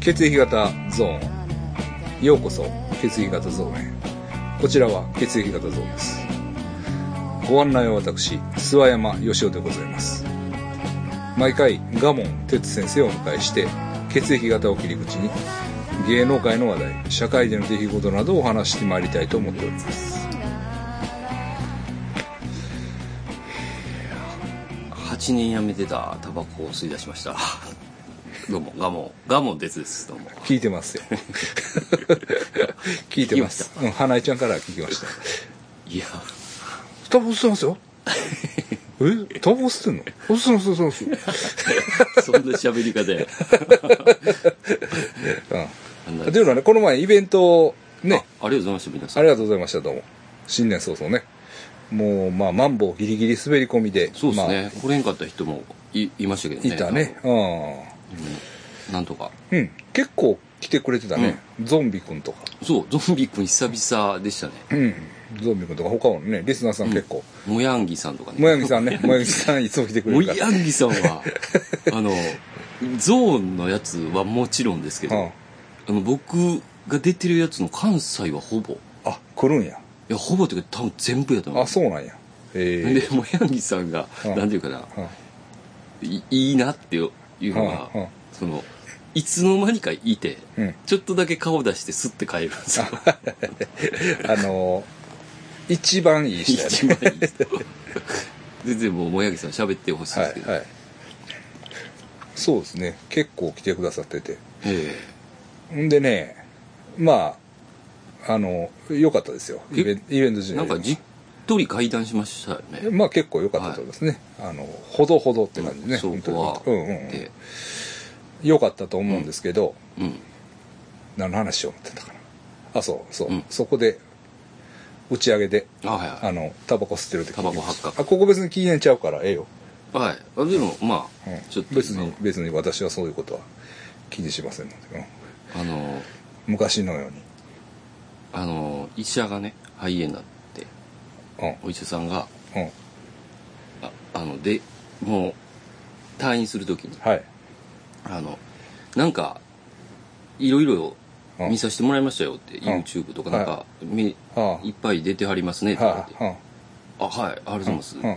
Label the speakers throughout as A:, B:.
A: 血液型ゾーンようこそ血液型ゾーンへこちらは血液型ゾーンですご案内は私諏訪山義雄でございます毎回賀門哲先生をお迎えして血液型を切り口に芸能界の話題社会での出来事などをお話ししてまいりたいと思っております
B: 8年やめてたタバコを吸い出しました どうもガモンガモン哲ですどうも
A: 聞いてますよ 聞いてます
B: 聞き
A: うん、花江ちゃんから聞きました
B: いや
A: タバコ吸って ますよえタバコ吸ってんの吸ってます吸ってます吸ってます
B: そんな喋 り方や
A: うんというのはねこの前イベントをね
B: ありがとうございました皆さ
A: あ
B: ん
A: りがとうございましたどうも新年早々ねもうまあマンボウギリギリ滑り込みで
B: そうですね、来れんかった人もいいましたけどね
A: まあ、いたね
B: なんなんとか
A: うん、うん、結構来てくれてたね、ゾンビくんとか
B: そうゾンビ君久々でしたね
A: うんゾンビくんとか他のねリスナーさん結構、
B: もやんぎさんとかね
A: もやみさん ねもやみさんいつも来てくれ
B: も
A: るから
B: やんぎさん はあのゾーンのやつはもちろんですけど、
A: うん
B: あの僕が出てるやつの関西はほぼい
A: あ来るんや
B: やほぼというか多分全部やと思う
A: あそうなんやええ
B: でもやぎさんが
A: うん
B: 何ていうかな
A: うん
B: いいいなっていうのが
A: うんうん
B: そのいつの間にかいて
A: うん
B: ちょっとだけ顔出してスッて帰るんですよ
A: あのー一番いい人やね
B: 一番いいです全然もうもやぎさん喋ってほしい
A: は
B: ですけ
A: い
B: ど、
A: はいそうですね結構来てくださってて
B: え
A: んでねまああの良かったですよイベンイベント
B: え
A: 中
B: なんかじっとり会談しましたよね
A: まあ結構良かったと思いますね、あのほどほどって感じね、
B: そ
A: 本当
B: こ
A: にう
B: は、
A: んうん
B: で
A: 良かったと思うんですけど、
B: うん
A: 何の話を思ってたかなあそうそう、
B: うん
A: そこで打ち上げで
B: あはいは
A: あのタバコ吸ってるって聞いて
B: タバコ発覚
A: あここ別に禁煙ちゃうからええよ
B: いはいあでもまあ、
A: うん
B: ちょっと
A: 別に別に私はそういうことは気にしませんので、うん
B: あの
A: 昔のように、
B: あの医者がね肺炎になって
A: う
B: お医者さんが
A: んうん、
B: ああのでもう退院するときに
A: はい
B: あのなんかいろいろ
A: うん
B: 見させてもらいましたよって、
A: ん
B: YouTube とかなんか、みい
A: はあ
B: っぱい出てはりますねって言わ
A: は
B: れて
A: あは
B: あはいありがとうございます、
A: うんうん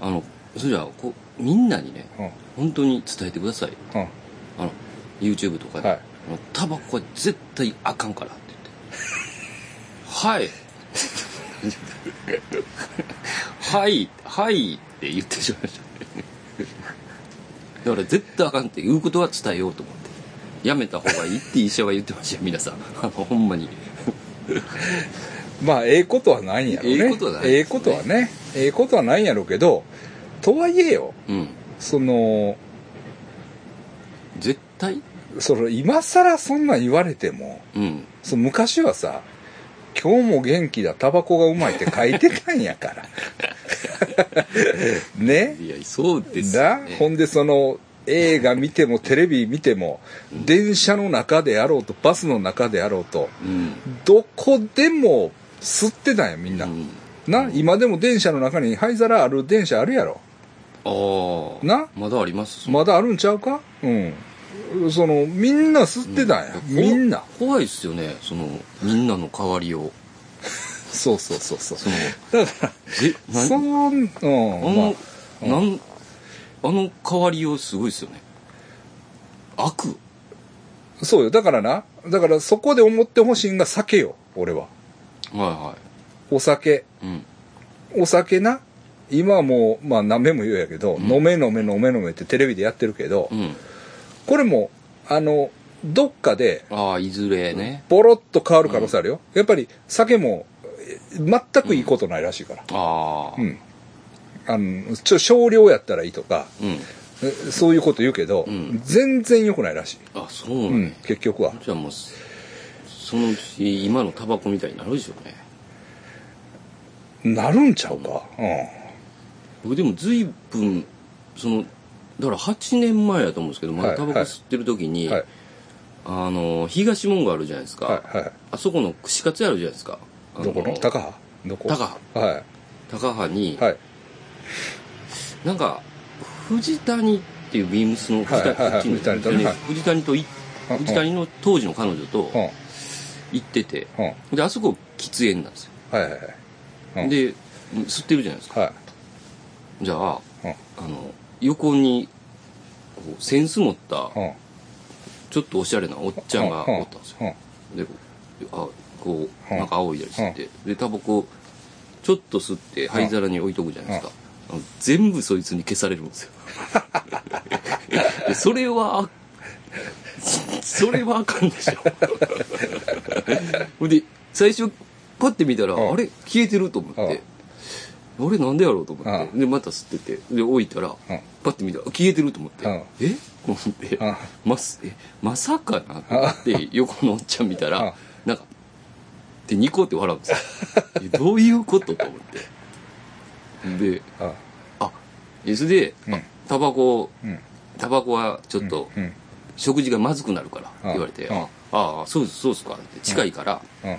B: あのそれじゃあこうみんなにね、
A: あうん
B: 本当に伝えてください
A: うん
B: あの YouTube とかで、
A: はい
B: あのタバコは絶対あかんからって言って「はい」はい「はい」って言ってしまいましただから絶対あかんっていうことは伝えようと思ってやめた方がいいって医者は言ってましたよ皆さんあのほんまに
A: まあええことはないんやろね
B: ええことはない
A: ええことはねええことはないんやろうけどとはいえよ
B: うん
A: その
B: 絶対
A: その今更そんなん言われても
B: うん
A: その昔はさ「今日も元気だタバコがうまい」って書いてたんやから ね
B: いやそうですよ
A: だ
B: ね
A: ほんでその映画見てもテレビ見ても電車の中であろうとバスの中であろうと
B: うん
A: どこでも吸ってたんやみんな、
B: うん
A: な今でも電車の中に灰皿ある電車あるやろ
B: ああ
A: な
B: まだあります
A: まだあるんちゃうかうんそのみんな吸ってたんや、
B: うん
A: みんな
B: 怖いっすよねそのみんなの代わりを
A: そうそうそうそう
B: その
A: だから
B: え何
A: そのうん
B: あ
A: まあ
B: の、なんあの代わりをすごいっすよね悪
A: そうよだからなだからそこで思ってほしいんが酒よ俺は
B: はいは
A: お酒
B: いうん
A: お酒な今はもうまあ何べも言うやけど、
B: ん
A: 飲め飲め飲め飲めってテレビでやってるけど、
B: うん
A: これもあのどっかで
B: ああいずれね
A: ボロッと変わる可能性あるよ、やっぱり酒もえ全くいいことないらしいから、
B: ああ
A: うんあのちょ少量やったらいいとか
B: うん
A: えそういうこと言うけど、
B: ん
A: 全然良くないらしい、
B: あそう
A: うん
B: ね、
A: 結局は
B: じゃあもうそそのうち今のタバコみたいになるでしょうね
A: なるんちゃうか
B: 僕でも随分そのだから8年前やと思うんですけどま
A: は
B: だ
A: い
B: タバコ吸ってる時
A: う
B: に、
A: んはい
B: あの東門があるじゃないですか、
A: はいはい
B: あそこの串カツ屋あるじゃないですかあ
A: どこの高羽どこ
B: 高
A: は
B: 高羽に、
A: いはい
B: なんか藤谷っていうビームスの藤
A: はいはいはい
B: 谷こっちの
A: 藤谷とねはい
B: 藤谷と行っ
A: うん
B: 藤谷の当時の彼女と
A: うん。
B: 行ってて、
A: うん。
B: で、あそこ喫煙なんですよ。
A: はいはいはい。うん
B: で、吸ってるじゃないですか。
A: は
B: じゃあ、
A: い。
B: あの、横に、こう、センス持った、
A: うん。うん。
B: ちょっとおしゃれなおっちゃんが
A: うん
B: おったんですよ。
A: うん。
B: で、あ、こう、
A: うん
B: なんか仰いだりして、で、タバコ、ちょっと吸って灰皿に置いとくじゃないですか。あの全部そいつに消されるん ですよ。でそれは、それはあかんでしょ。ほんで、最初、パッて見たら、
A: うん
B: あれ消えてると思って。あれなんでやろうと思って、でまた吸っててで置いたら、
A: うん
B: パッて見たら消えてると思って、
A: うん
B: えと思って、
A: うん
B: まさえまさかなと思って横のおっちゃん見た
A: うん
B: らなんかでニコって笑うんですよえどういうことと思って
A: う
B: で
A: ん。
B: あえそれで、
A: うん
B: あタバコ
A: うん。
B: タバコはちょっと
A: うん。
B: 食事がまずくなるからって言われて、
A: うん
B: ああそうですそうですかって近いから、
A: うん。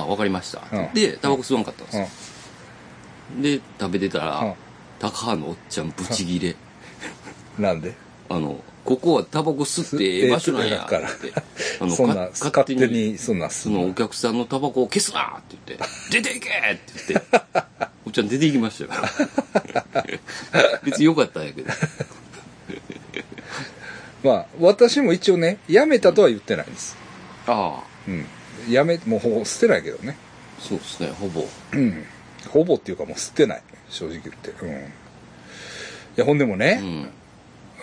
B: あわかりました、
A: うん
B: でタバコ吸わんかったんで
A: う
B: す
A: ん
B: よ、。で食べてたら、
A: うん
B: 高原のおっちゃんブチギレ
A: なんで
B: あのここはタバコ吸ってええ場所なんや
A: 吸っ
B: って
A: ええ場所
B: てあの
A: そんな
B: か、
A: 勝手に、そんなす
B: そ
A: ん
B: の
A: の
B: お。客さんのタバコを消すなって言っ て「出ていけ!」って言っておっちゃん出ていきましたよ別によかったんやけど
A: まあ、私も一応ね、やめたとは言ってないんです。
B: ああ
A: うん。やめ、もうほぼ捨てないけどね。
B: そうですねほぼ
A: うん。ほぼっていうかもう捨てない。正直言って。うん。いや、ほんでも
B: う
A: ね、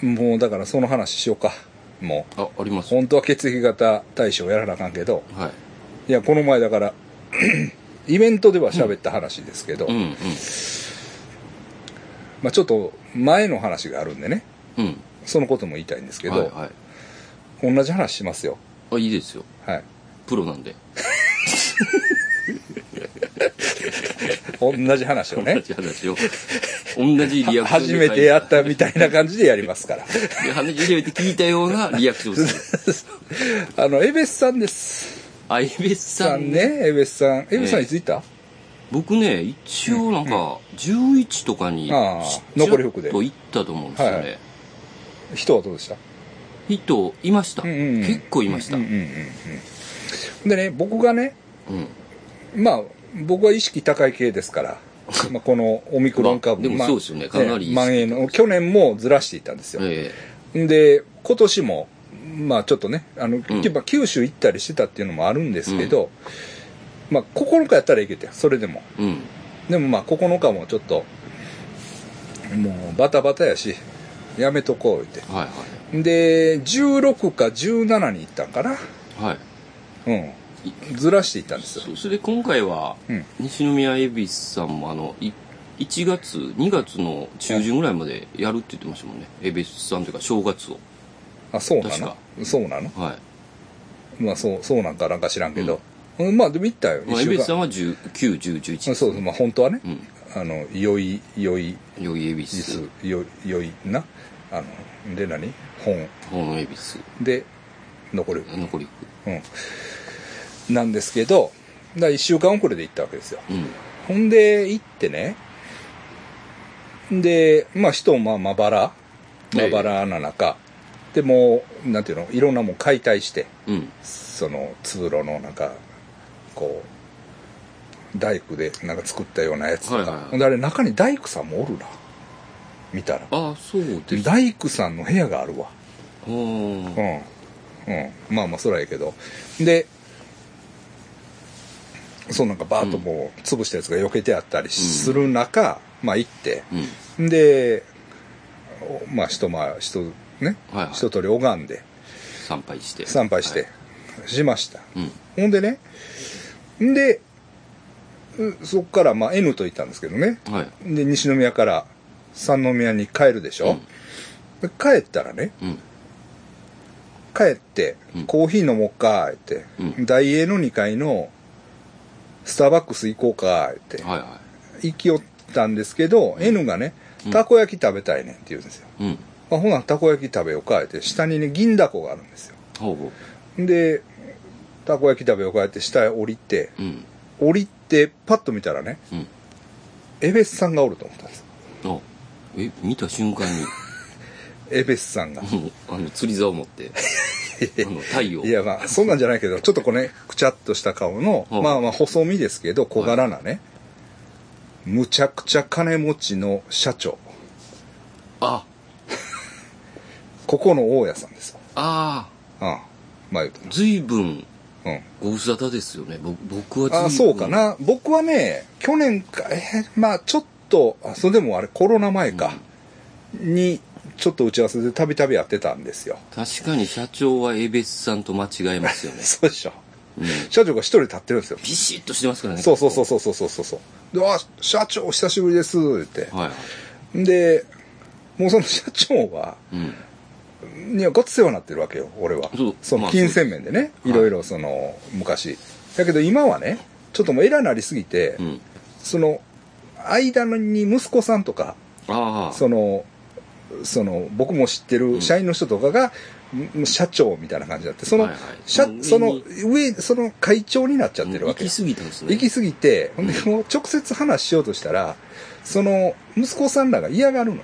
B: ん
A: もうだからその話しようか。もう。
B: ああります
A: 本当は血液型対象やらなあかんけど、
B: はい
A: いや、この前だから、 イベントでは喋った話ですけど、
B: うんうん
A: まあちょっと前の話があるんでね、
B: うん
A: そのことも言いたいんですけど、
B: はいはい
A: 同じ話しますよ。
B: あいいですよ
A: はい。
B: プロなんで
A: 同じ話を
B: 同
A: ね、
B: じ話を同じリアクション
A: 初
B: で
A: めてやったみたいな感じでやりますから。
B: で初めて聞いたようなリアクションする
A: あの、エベスさんです。
B: あ、エベス
A: さ
B: さ
A: ん
B: ん
A: ね、エベスさん。エベスさん
B: ええ
A: いついた、
B: 僕ね、一応なんか、11とかに、
A: ああ
B: ちらっ
A: 残り服で
B: と行ったと思うんですよね。
A: はいはい人はどうでした
B: 人、いました、
A: うんうんうん
B: 結構いました。
A: う
B: うん
A: うん
B: ん。
A: うんうん。でね、僕がね、まあ、僕は意識高い系です から、まあ、このオミクロン株、
B: まあでもそうですよね
A: まあ
B: かなり意識
A: 蔓延の、去年もずらしていたんですよ。
B: え
A: で、今年も、まあちょっとね、あの、
B: ん
A: やっぱ九州行ったりしてたっていうのもあるんですけど、まあ9日やったらいけて、それでも。
B: えうん。
A: でもまあ9日もちょっと、もうバタバタやし、やめとこうって。
B: はい
A: で、16か17に行ったんかな。
B: はい。はい。
A: うん。ずらしていったんですよ。
B: そそれで今回は、
A: うん
B: 西宮恵比寿さんもあの、い1月、2月の中旬ぐらいまでやるって言ってましたもんね。恵比寿さんというか正月を。
A: あ、そうな
B: 確
A: の
B: か
A: そうなの
B: はい。
A: まあそう、そうなんかなんか知らんけど。うんまあでも行ったよ。
B: まあ、
A: 一週
B: 恵比寿さ
A: 間。
B: んは10 9、10、11。
A: そうそう、まあ本当はね
B: う。ん。
A: あの、良い、良い、
B: よい恵比
A: 実
B: 寿。、
A: よ、良いな。あの、で何本
B: ほの恵比寿。
A: で残る。
B: 残り
A: うん。なんですけど、だから一週間遅れで行ったわけですよ。
B: 服。うん。
A: ほんで、行ってね。で、まあ人もまあまばら。まばらな中。でもう、なんていうの、いろんなもん解体して、
B: うん。
A: その通路のなんか、こう、大工でなんか作ったようなやつとか。
B: はいはいはい
A: ほんであれ中に大工さんもおるな。見たら。
B: ああ、そうです。
A: 大工さんの部屋があるわ。
B: お
A: う
B: ー
A: ん。うん。まあまあ、そらやけど。で、そうなんかバーッともう潰したやつが避けてあったりする中、まあ行って、
B: うん。
A: で、おまあ人、まあ人、ね、
B: はいはい
A: 一通り拝んで、
B: 参拝して。
A: 参拝して、
B: はい
A: しました。
B: うん。
A: ほんでね、んで、うそっからまあ N と言ったんですけどね、
B: はい。
A: で、西宮から三宮に帰るでしょ、で帰ったらね、
B: うん。
A: 帰って
B: うん、
A: コーヒー飲もうか、って、
B: うん
A: ダイエーの2階の、スターバックス行こうか、って
B: うん。、はいは
A: 行きよったんですけど、N がね
B: うん、
A: たこ焼き食べたいねんって言うんですよ。
B: い。うん。
A: あほな、たこ焼き食べようか、って、下にね、銀だこがあるんですよ。
B: ほうほ
A: で、たこ焼き食べようか、って、下へ降りて、
B: う。うん。
A: 降りて、パッと見たらね、
B: うん。
A: エベスさんがおると思ったんですよ。
B: あ、え、見た瞬間に、
A: エベスさんが。
B: もう、あの、釣り竿を持って。あの太陽
A: いやまあそんなんじゃないけ どちょっとこれ、ね、くちゃっとした顔の、
B: はい
A: まあまあ細身ですけど小柄なね、むちゃくちゃ金持ちの社長
B: あ
A: ここの大家さんですよ
B: あ
A: ああまあ言うとな
B: 随分
A: うん
B: ご無沙汰ですよねぼ僕は随分
A: ああそうかな僕はね去年かえーまあちょっとあそれでもあれコロナ前か、にちょっと打ち合わせでたびたびやってたんですよ
B: 確かに社長はエベスさんと間違えますよ ね、
A: そうでしょ
B: うん、
A: 社長が一人立ってるんですよ
B: ビシッとしてますからね
A: そうそうそううそうそうそうそうであ社長お久しぶりですって、
B: はいはい
A: でもうその社長は
B: うん
A: にはごっつ世話になってるわけよ俺は
B: そう
A: そ
B: ま
A: の
B: あ
A: 金銭面でね、
B: はい
A: いろいろその昔だけど今はねちょっともうエラになりすぎて、
B: うん
A: その間に息子さんとか
B: ああ
A: そのその僕も知ってる社員の人とかが、ん社長みたいな感じになってその,、
B: はいはい
A: 社
B: もう上に
A: その上その会長になっちゃってるわけよ
B: 行き過ぎたんですね
A: 行き過ぎて、ほんでもう直接話しようとしたら、その息子さんらが嫌がるのよ。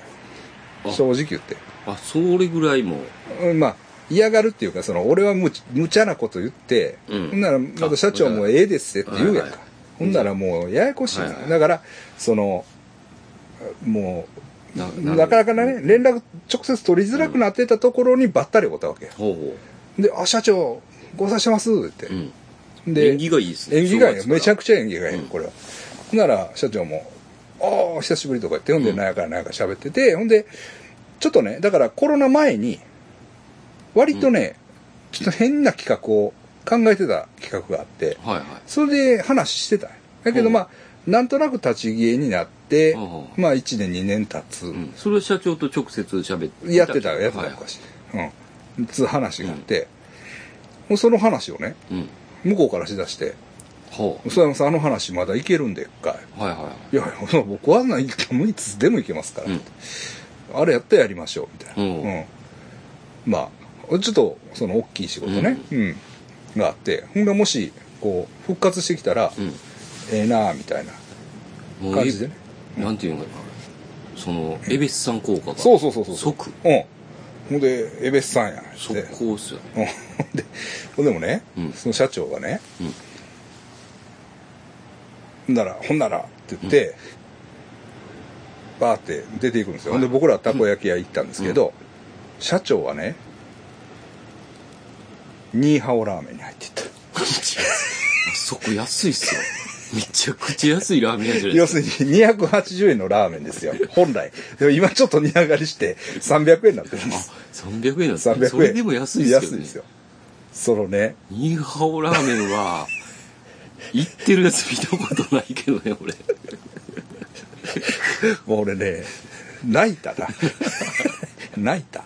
B: あ
A: 正直言って。
B: あそれぐらいも
A: うんまあ、嫌がるっていうか、その俺は無無茶なこと言って、
B: うん
A: ほんなら、また社長もええですって言うやん
B: はい
A: か。
B: はい
A: ほんならもうややこしいのよ、
B: はいはい
A: だから、その、もう、
B: な
A: な
B: な
A: かなかね、連絡直接取りづらくなってたところにばったりおったわけよ。
B: ほうほ
A: で、あ、社長、ご無沙汰してますって
B: う、う。ん、
A: で
B: 演技がいいですね
A: 演技がいいよめちゃ
B: く
A: くちゃ演技がいいよ
B: うん
A: これは、ほんなら社長も「ああ久しぶり」とか言ってほんで
B: うん
A: なんやからなんやから喋っててほんでちょっとねだからコロナ前に割とね、ちょっと変な企画を考えてた企画があって
B: はいはい
A: それで話してたんやだけ
B: う
A: ど
B: ん
A: まあなんとなく立ち消えになって、
B: うん
A: まあ1年2年経つ、
B: うん、それは社長と直接喋って
A: やってたやってた
B: はい
A: おかしい、うんつう話があって、もうその話をね
B: うん
A: 向こうからしだして
B: ほ
A: 「諏山さんあの話まだいけるんでっかい」
B: うはいはい
A: いや いや、僕はないいつでも行けますから、
B: うん
A: あれやったらやりましょう、みたいな。
B: うん
A: うんまあ、ちょっと、その、大きい仕事ね、うん、があって、ほんがもし、こう、復活してきたら、
B: う
A: ええなあみたいな。
B: んもう
A: 感じでね
B: えなんていうのかなそのエベスさん効果が
A: そうそうそうそう。
B: 即
A: うん。ほんで、エベスさんや。
B: 速攻っすよね
A: うんで、ほんでもね、
B: うん
A: その社長がね、ほんなら、ほんならって言って、バーって出ていくんですよ。ほんで、僕らたこ焼き屋行ったんですけど、社長はね、ニーハオラーメンに入っていった。
B: あそこ安いっすよめちゃくちゃ安いラーメン屋じゃない
A: 要
B: です
A: するに280円のラーメン ですよ、本来。でも今ちょっと値上がりして300円になってるんです。
B: か300円なんです
A: 300
B: ね
A: 円。
B: それでも安いっすよ、ね、
A: 安いですよ。そのね、
B: ニーハオラーメンは行ってるやつ見たことないけどね俺
A: もう俺ね、泣いたな。 泣いた。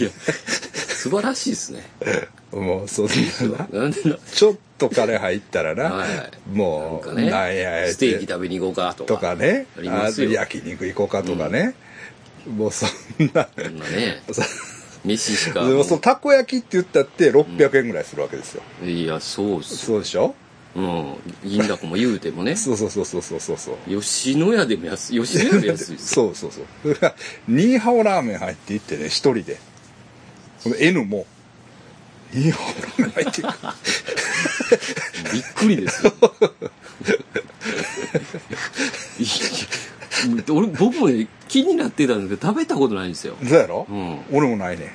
B: いや素晴らしいっすね
A: もうそんなな。
B: なんでな
A: ちょっと金入ったらな、
B: はいはい
A: もう、
B: なんかね
A: なんや
B: ステーキ食べに行こうかとか
A: とかね
B: あ、りま
A: あ
B: す
A: と
B: よ
A: 焼肉行こうかとかね、もうそんな、
B: そんなね
A: そ
B: 飯しか
A: でもそのたこ焼きって言ったって600円ぐらいするわけですよ。
B: いやそうっす
A: そうでしょ
B: うん銀だこも言うてもね
A: そうそうそうそうそうそうそう。
B: 吉野家でも安い吉野家で安いっす
A: そうそうそう。それが、ニーハオラーメン入っていってね、一人で。その N も、ニーハオラーメン入っていく。
B: びっくりですよいや俺僕もね気になってたんですけど食べたことないんですよ
A: そうやろ、
B: うん
A: 俺もないね。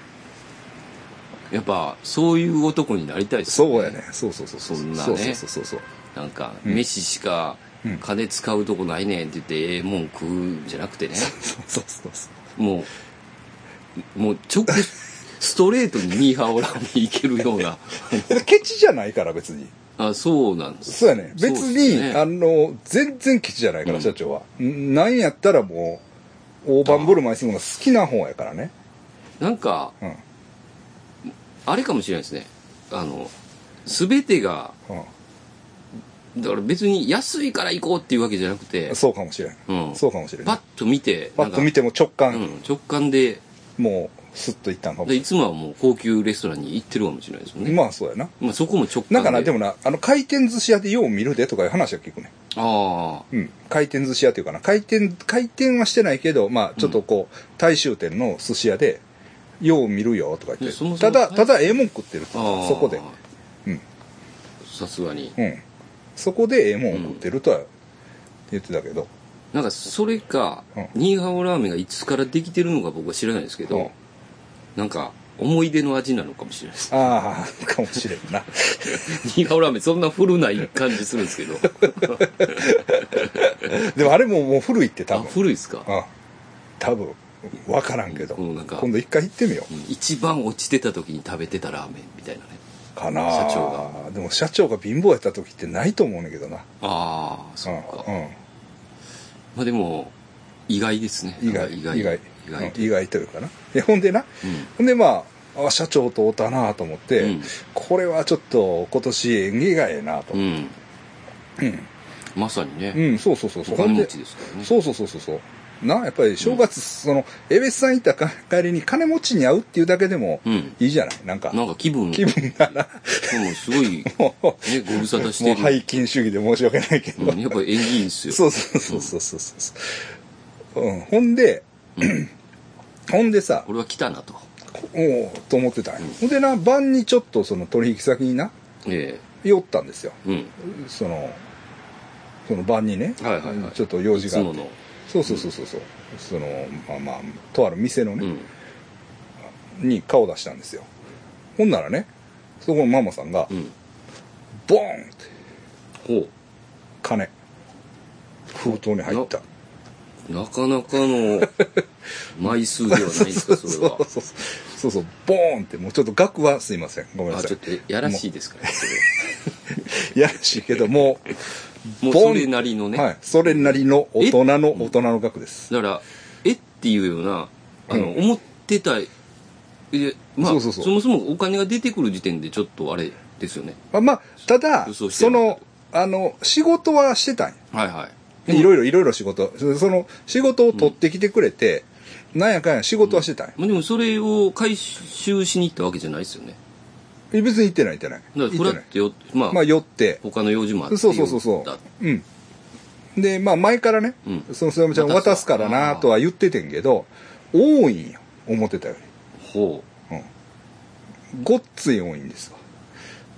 B: やっぱそういう男になりたいです
A: そうやね。そうそうそうそう。
B: そんなね
A: そうそうそうそう。
B: なんか飯しか
A: うん
B: 金使うとこないねんって言ってええもん食うんじゃなくてね
A: そうそうそうそう。
B: もうもう直ストレートにミーハーオラーメンいけるよう な
A: ケチじゃないから別に。
B: あそうなんです
A: そうやね。別
B: そうです
A: に、
B: ね
A: あの、全然ケチじゃないから、社長は。んなんやったらもう、大盤振る舞いするのが好きな方やからね。
B: なんか
A: うん。
B: あれかもしれないですねあの全てがだから別に安いから行こうっていうわけじゃなく
A: う
B: て
A: ん。そうかもしれん。
B: うん
A: そうかもしれん。
B: パッと見て
A: パッと見
B: て
A: ても直
B: う
A: 感、
B: ん、直感で
A: もスッと行ったんかも
B: でいつもはもう高級レストランに行ってるかもしれないですよね。ま
A: まあそうやな
B: あ、そこも直感で。
A: なんかなでもなあの回転寿司屋でよう見るでとかいう話は聞くね
B: あ
A: うん回転寿司屋というかな回転回転はしてないけどまあちょっとこう、大衆店の寿司屋でよう見るよとか言
B: い
A: っ
B: や
A: て
B: そもそ
A: た
B: も
A: だただええもん食ってる
B: あ。ああ。
A: そこでうん。
B: さすがに。
A: うんそこでええもん食ってるとは言ってたけど、
B: なんか、それか、
A: うん
B: ニーハオラーメンがいつからできてるのか僕は知らないですけど、
A: うん
B: なんか、思い出の味なのかもしれないです。
A: ああかもしれんな
B: ニーハオラーメンそんな古ない感じするんですけど。
A: でもあれももう古いって多
B: あ、
A: 分
B: 古いですか、
A: うん多分分からんけど、
B: うんなんか
A: 今度一回行ってみよ
B: うん一番落ちてた時に食べてたラーメンみたいなね。
A: うかな
B: 社長
A: がでも社長が貧乏やった時ってないと思うねんだけどな
B: ああ、そうか。
A: うん
B: まあでも、意外ですね。
A: 意外
B: なん
A: 意
B: か
A: 外
B: 意
A: 意
B: 外
A: 外。
B: 意外
A: うん意外というかなえほんでな、ほんでまああ社長と会うたなと思って、
B: うん
A: これはちょっと今年演技がええなと
B: うん。うん。まさに
A: う
B: ね。
A: ん、そうそうそうそう
B: お
A: ほん
B: 金持
A: で
B: ちですからね。
A: そうそうそうそうそうなやっぱり正月、その江別さんいたか帰りに金持ちに会うっていうだけでも
B: うん
A: いいじゃないなんか
B: なんか気分、
A: 気分がな
B: もうすごい、ね、ご
A: もう
B: 無沙汰 し
A: も
B: て
A: う
B: る。
A: 背筋主義で申し訳ないけど、
B: うんやっぱ縁起いいんですよ。
A: そうそうそうそうそうそう、うん、ほんで、ほんでさ
B: 俺は来たなと。
A: おおと思ってたんやほんでな晩にちょっとその取引先にな
B: え
A: 寄ったんですよ
B: えうん。
A: そのその晩にね、
B: はいはいはい
A: ちょっと用事があっ
B: いつ
A: て
B: もの
A: そうそうそうそうそうそのまあまあとある店の
B: う
A: ね、
B: ん。
A: に顔出したんですよほんならねそこのママさんが、
B: うん。
A: ボーンって
B: ほ
A: 金封筒に入った
B: う。なかなかの 枚数ではないですか、それは
A: そう。そうそうそうボーンってもうちょっと額はすいませんごめんな
B: あ、
A: さい
B: ちょっとやらしいですからね、それは。
A: いやらしいけども
B: もう
A: ボン
B: それなりの
A: う、
B: ね。
A: はい、それなりの大人の大人の額です
B: だから、えっていうような、あの、
A: うん
B: 思ってた、いやまあ
A: そうそうそう
B: もそもお金が出てくる時点でちょっとあれですよね。
A: まあ、まあ、ただ、
B: 嘘をして
A: そ
B: る
A: の、あの、仕事はしてたんや。
B: はいはい。
A: いろいろ、いろいろ仕事。その、仕事を取ってきてくれて、なんやかんや仕事はしてたんや。
B: まあでもそれを回収しに行ったわけじゃないですよね。
A: 別に行ってない、行ってない。
B: だから、ふ
A: 行
B: ら
A: っ
B: って
A: ない。
B: てよ、まあ、
A: まあ、寄って。
B: 他の用事もあって。
A: そうそうそう
B: 寄った
A: そう。うん。で、まあ、前からね、
B: うん
A: その、すやちゃん
B: 渡す
A: 渡すからなとは言っててんけど、多いんよ。思ってたよ
B: ほう。
A: り。うん。ごっつい多いんですわ。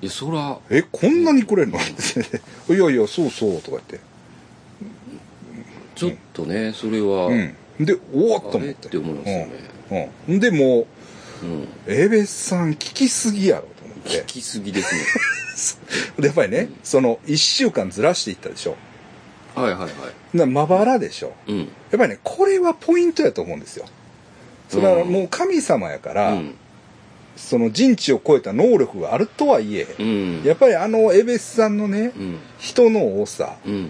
B: いや、そら、
A: え、こんなにくれんのって。 いやいや、そうそう、とか言って。
B: ちょっとね、それは、
A: うん。で、おおっと
B: あれ
A: 思っ。
B: ってて思いますよね
A: うん。うん。で、もう、
B: うん。
A: エベさん聞きすぎやろと思って
B: 聞きすぎ ですね。
A: でやっぱりね、その1週間ずらしていったでしょ
B: はいはいは
A: なまばらでしょ
B: い。うん。
A: やっぱりねこれはポイントやと思うんですよそれはもう神様やから、
B: うん。
A: その人知を超えた能力があるとはいえ
B: う、ん。
A: やっぱりあのエベスさんのね、
B: うん。
A: 人の多さ
B: うん。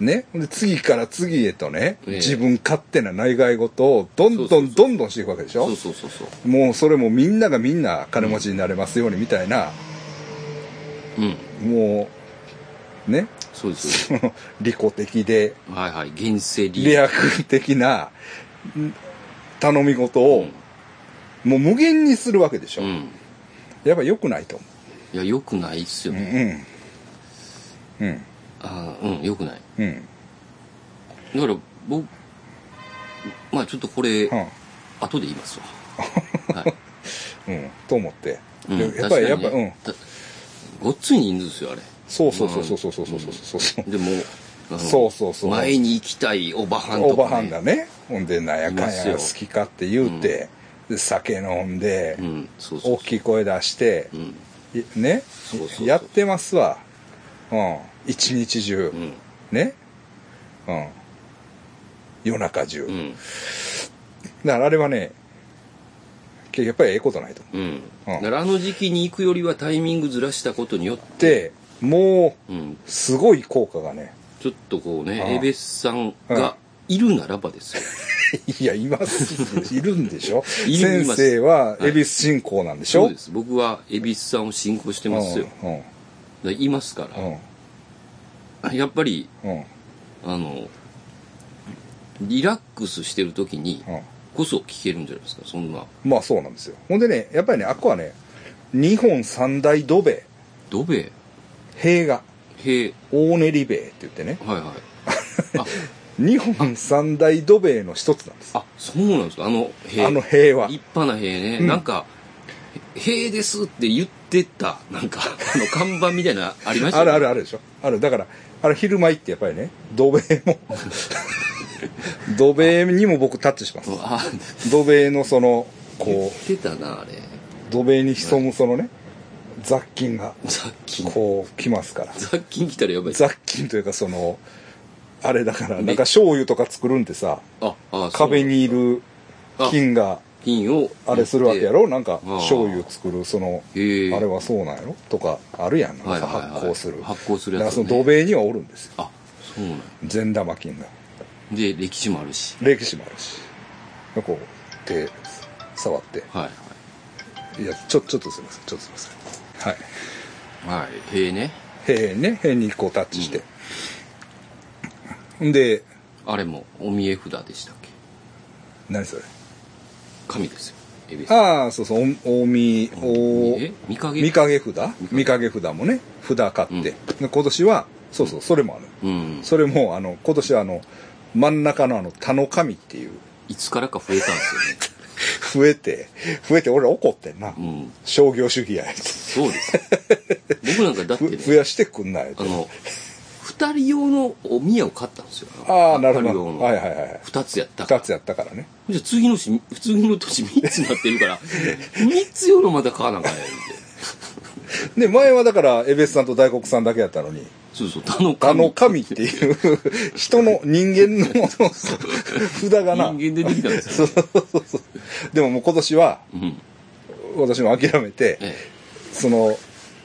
A: ねで次から次へとね、
B: ええ
A: 自分勝手な内外事をどん
B: そ
A: ど
B: うそうそ
A: ん
B: う
A: どんどんしていくわけでしょ
B: そうそうそうそう。
A: もうそれもみんながみんな金持ちになれますようにみたいな、
B: うん。
A: もうね
B: そうですそうです。
A: その 利己的で
B: はいはい。現世リ
A: 利悪的なうん頼み事をもう無限にするわけでしょ、
B: うん。
A: やっぱ良くないと思
B: いや、良くないっすよ
A: うう
B: ね。
A: んうん
B: ああ、うん、良くない。
A: うん
B: だから、僕、まあちょっとこれ、
A: は
B: 後で言います わ。はい。
A: あうんと思って、
B: うん
A: でやっぱり、やっ
B: 確
A: ぱ
B: かに
A: うん
B: ねたごっつい人数ですよ、あれ。
A: そうそうそうそうそうそうそうそうそうそう
B: でも、あの
A: そうそうそう
B: 前に行きたいおばはんとか、ね。
A: おばはんがねほんでなんやかん
B: いま
A: や
B: すよ
A: 好きかって言うて、で酒飲んで、
B: うん、そうそう
A: 大きい声出して
B: う、ん。
A: いね
B: そうそうそう
A: やってますわうん一日中、
B: うん。
A: ねうん夜中中、
B: うん。
A: だからあれはねけやっぱりええことないと思
B: うん。
A: うん
B: だからあの時期に行くよりはタイミングずらしたことによっ、
A: ってても
B: うん。
A: うすごい効果がね
B: ちょっとこう
A: ああ
B: ね、エベスさんがいるならばですよ。
A: いやいますいるんでしょ
B: いるい
A: 先
B: ます
A: 生は
B: はい
A: 恵比寿信仰なんでしょ、
B: そうです。僕はエビスさんを信仰してますよ。だか
A: うん
B: らいますか
A: うん
B: ら。やっぱり、
A: うんうん
B: あの、リラックスしてる時に、
A: うん
B: こそ聞けるんじゃないですかそんな
A: まあそうなんですよほんでねやっぱりねあっこはね日本三大土塀
B: 土塀
A: 塀が
B: 塀
A: 大練り塀って言ってね
B: はい はいあ
A: 日本三大土塀の一つなんです
B: あそうなんですかあの塀
A: あの塀は
B: 立派な塀ね、
A: うん
B: なんか「塀です」って言ってたなんかあの看板みたいなのありました
A: あ
B: よね
A: るあるあるでしょあるだからあれ昼間行ってやっぱりね土塀 も土塀にも僕タッチします
B: うんあ
A: 土塀のそのこう
B: 言ってたなあれ
A: 土塀に潜むそのね雑菌が
B: 雑菌
A: こう来ますから
B: 雑菌来たらやばいです
A: 雑菌というかそのあれだからなんか醤油とか作るんでさ
B: ああ
A: 壁にいる
B: あ
A: 菌が
B: 金を
A: あれするわけやろなんか
B: あー
A: 醤油作るそのあ
B: へえ
A: れはそうなんやろとかあるやんなんか
B: はいはいはい
A: 発酵する
B: 発酵する
A: だか
B: や
A: ら
B: つ
A: そ
B: ね
A: の土塀にはおるんですよ
B: あそうなん
A: 善玉菌が
B: で歴史もあるし
A: 歴史もあるしこう手触って
B: はい
A: いやちょちょっとすいませんちょっとすいませんはい
B: はいはい塀ね
A: 塀ね塀にこうタッチして、ん、で
B: あれもお見え札でしたっけ
A: 何それ
B: 神ですよ恵比寿
A: ああそうそうお近江お
B: え見か
A: 見影札見影札もね札買って、
B: うん
A: で今年はそうそうそれもある、
B: うん
A: それもあの今年はあの真ん中のあの田の神っていう
B: いつからか増えたんですよね
A: 増えて増えて俺ら怒ってんな、
B: うん
A: 商業主義や言うて
B: そ うですよ僕なんかだって
A: ふ
B: ね
A: 増やしてくんない
B: あ
A: と
B: の二人用のお宮を買ったんですよ
A: ああなるほ
B: 二人用
A: ど
B: の
A: はいはいはい
B: 二つやった
A: 2つやったからね
B: じゃあ次のし次の年三つになってるから 三つ用のまた買わなあかんやんって
A: で前はだからエベスさんと大黒さんだけやったのに
B: そうそう他の
A: あ
B: 神
A: の神っていう 人の人間の 札がな
B: 人間でできたんですよ
A: そうそうそうでももう今年は
B: うん
A: 私も諦めて、
B: え
A: その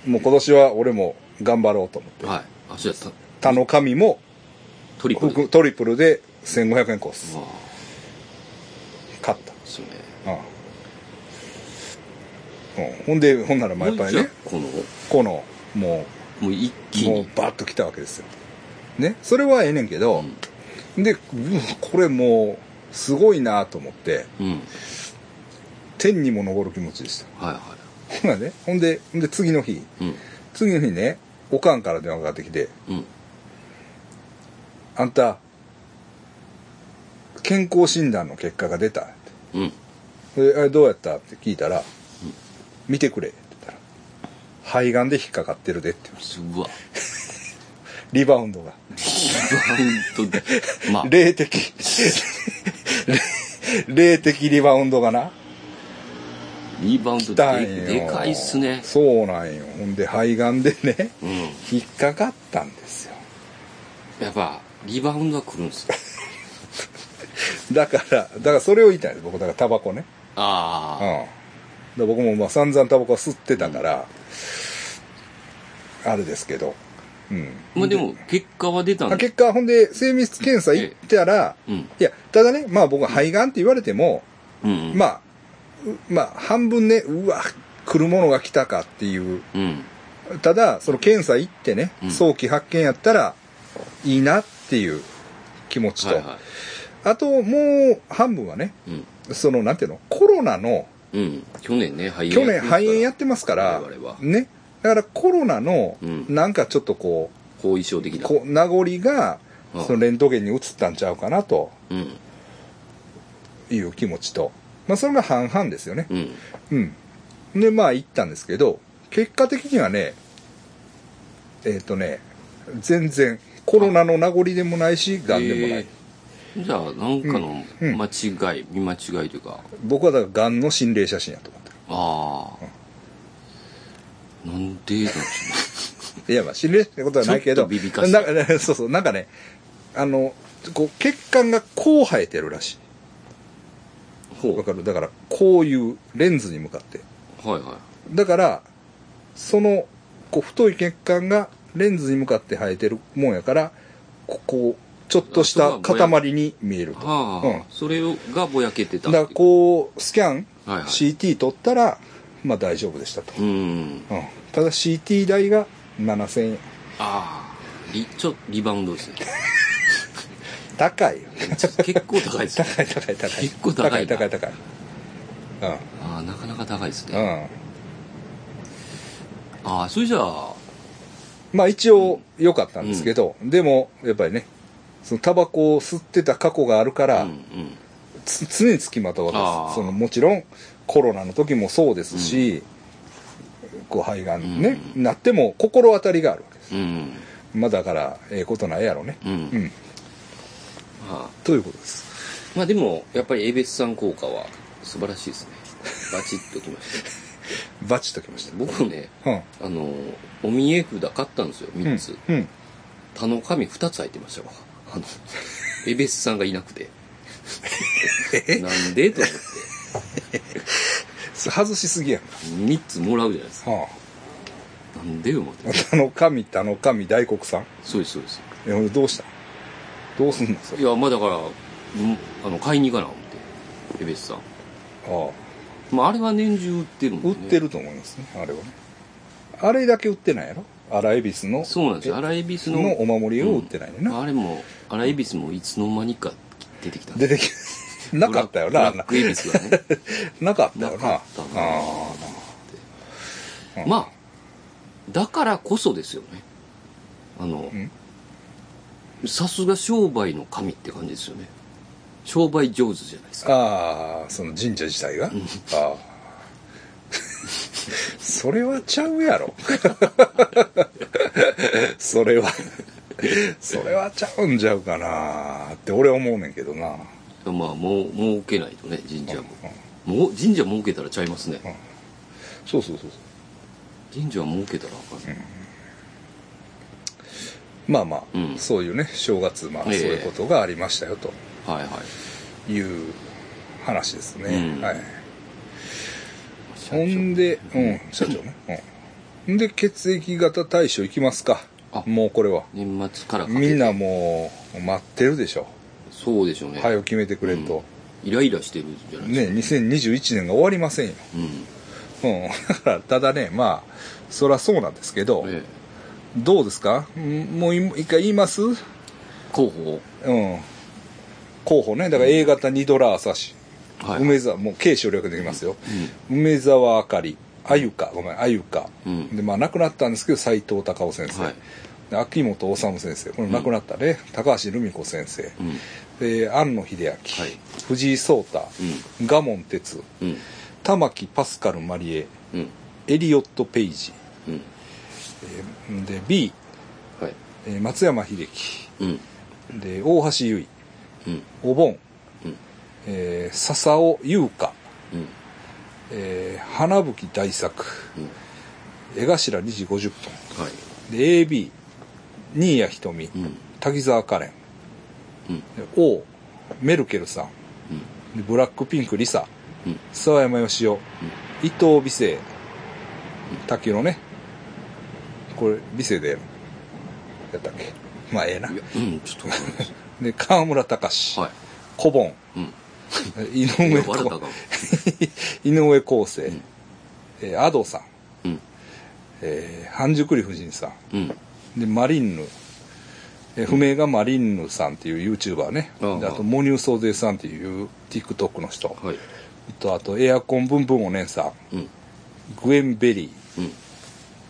A: もう今年は俺も頑張ろうと思って
B: えはいあそうやった
A: 他の神も
B: トリプルで
A: ふトリプルで1500円コース
B: まあ
A: 買った
B: そうね
A: うん、うん、ほんでほんならまあやっぱり
B: じゃあ
A: ね
B: この
A: このも
B: もう一
A: う
B: 気
A: も
B: に
A: うバッと来たわけですよねそれはええねんけど、でうわこれもうすごいなと思って
B: うん
A: 天にも昇る気持ちでし
B: はいは
A: たほんならねほんでほんで次の日
B: いうん
A: 次の日ねおかんから電話がかかってきて
B: うん
A: 「あんた健康診断の結果が出た」って
B: うん
A: であれどうやったって聞いたら「見てくれ」って言ったら「肺がんで引っかかってるで」って言うんです
B: すごい
A: リバウンドが
B: リ バウンドでまあ
A: 霊的 霊的リバウンドがな
B: リバウンド
A: 来たん
B: で
A: よ
B: でかいっすね
A: そうなんよほんで肺がんでね
B: うん
A: 引っかかったんですよ
B: やっぱリバウンドは来るんですよ
A: だからだからそれを言いたいんです僕だからタバコねうん、だ
B: あ
A: から僕もまあ散々タバコは吸ってたから、あれですけど、うん、
B: あまあでも結果は出たん
A: あ
B: で
A: 結果ほんで精密検査行ったら、
B: うん
A: いやただねまあ僕は肺がんって言われても、
B: うん
A: まあうまあ半分ねうわ来るものが来たかっていう
B: うん
A: ただその検査行ってね、
B: うん
A: 早期発見やったらいいなっていう気持ち
B: は
A: と、
B: いは
A: あともう半分はね
B: いうん
A: そのなんていうのコロナの
B: うん去年ね肺炎
A: 去年肺炎や
B: っ
A: ってますから
B: 我々は
A: ねだからコロナの
B: うん
A: なんかちょっとこう
B: 後遺症的な
A: こう名残が
B: うん
A: そのレントゲンに移ったんちゃうかなと
B: うん
A: いう気持ちと、まあ、それが半々ですよね
B: うん
A: うんでまあ行ったんですけど結果的にはねえっ、とね全然コロナの名残でもないしがんでもない、
B: えーじゃあなんかの
A: うん
B: 間違い、見間違いというか
A: 僕はだからがんの心霊写真やと思って
B: ああなんでなんでしょ
A: るいやまあ心霊写真ってことはないけど
B: ちょっとビビかしい
A: なんか ねそうそうなんかねあのこう血管がこう生えてるらし
B: う
A: い
B: ね
A: わかるだからこういうレンズに向かって
B: ほうはいはい
A: だからそのこう太い血管がレンズに向かって生えてるもんやからここうちょっとした塊に見えると、
B: はあ、
A: うん
B: それがぼやけてた
A: だからこうスキャン、
B: はいはい
A: CT 取ったらまあ大丈夫でしたと、
B: ううん
A: うんただ CT 代が7000円
B: ああリちょリバウンドですね
A: 高いよ
B: 結構高いですよ
A: 高い高い高い
B: 結構高いな
A: 高い高い高い
B: ああなかなか高いです
A: う
B: ね、
A: んうん
B: ああそれじゃあ
A: まあ一応良かったんですけど、でもやっぱりねそのタバコを吸ってた過去があるから、
B: うんうん
A: つ常につきまとわ
B: あ
A: れ
B: ー
A: そのもちろんコロナの時もそうですし、こう肺がんね、なっても心当たりがあるわけです
B: うん
A: まあだからええことないやろね
B: うん、
A: うん、
B: まあ
A: ということです
B: まあでもやっぱりエベスさん効果は素晴らしいですねバチッときまし
A: バチッときました
B: た僕ね
A: うんうん
B: あのお見え札買ったんですよ3つ、
A: うん
B: 他の紙2つ入ってましたわあのエベスさんがいなくてなんでと思って
A: 外しすぎやん
B: 3つもらうじゃないですか
A: は
B: なんで思って
A: あ田の神田の神大黒さん
B: そうですそうです
A: えほんでどうしたどうすんのそれ
B: いやまあだから、うんあの買いに行かな思ってエベスさん
A: ああ
B: まあ、あれは年中売ってるもんね
A: 売ってると思いますねあれはねあれだけ売ってないやろ荒恵比寿の
B: そうなんですよ
A: え
B: 荒恵比寿の
A: のお守りを売ってないねんな、
B: あれも荒恵比寿もいつの間にか出てきた
A: 出て きなかったよなあん
B: ブ
A: な
B: ラックブラック恵比寿がね
A: なかったよ
B: な
A: な
B: かったな
A: あ うん
B: まあだからこそですよねあの
A: ん
B: さすが商売の神って感じですよね商売上手じゃないです
A: ー
B: か
A: あーその神社自体がああ それはちゃうやろ それはそれはちゃうんちゃうかなって俺は思うねんけどな
B: まあもう儲けないとね神社も,、もう神社儲けたらちゃいますね、
A: そうそうそうそう
B: 神社は儲けたらあかんない、
A: まあまあ、
B: うん
A: そういうね正月まあそう
B: ええ
A: いうことがありましたよと
B: はいはい
A: いう話ですね、
B: うん
A: はい
B: 社
A: ほ
B: 長
A: んで、うん、社長ね。うん。んで、血液型対象いきますか
B: あ。
A: もうこれは。
B: 年末からかけて
A: みんなもう、待ってるでしょ。
B: そうでしょうね、
A: 早く決めてくれんと。
B: イライラしてるじゃないです
A: ね、2021年が終わりませんよ。
B: か、うん
A: うん。 だから、ただね、まあ、そらそうなんですけど、
B: ええ
A: どうですかんもうい一回言いますうん。
B: 候補
A: 候補ね。だから A 型ニドラーサシ。
B: はい
A: 梅沢、もう軽省略できますよ。梅沢あかり、あゆか、ごめん、あゆか。
B: うん
A: で、まあ亡くなったんですけど、斎藤隆夫先生。
B: はい
A: で秋元治先生、これ亡くなったね、高橋留美子先生。
B: うん
A: で、庵野秀明、
B: はい
A: 藤井聡太、賀門哲、
B: うん
A: 玉木パスカル・マリエ、
B: うん
A: エリオット・ペイジ。
B: うん
A: えーで、B、
B: はい
A: えー松山秀樹。
B: うん
A: で、大橋優
B: うん
A: 衣、お盆、
B: うん
A: えー笹尾優香、
B: うん
A: えー花吹大作、
B: うん
A: 江頭2時50分。
B: はい
A: で AB 新谷仁美、
B: うん
A: 滝沢カレン
B: うん
A: で O メルケルさん
B: うん
A: でブラックピンクリサ
B: うん
A: 沢山義雄、伊藤美誠滝野ねこれ美誠でやったっけまあええない
B: やうんちょっとわかんない です
A: で川村隆、
B: はい
A: 小盆
B: うん
A: 井
B: い
A: 上
B: や
A: こ
B: 笑ったらあかん
A: 井上康生、えー、アドさん、
B: うん
A: えー、半熟理夫人さん
B: うん
A: でマリンヌえー不明がマリンヌさんっていう YouTuber ね、
B: うん
A: であとモニューソーゼさんっていう TikTok の人、
B: はい
A: とあとエアコンブンブンお姉さん
B: うん
A: グエン・ベリー
B: うん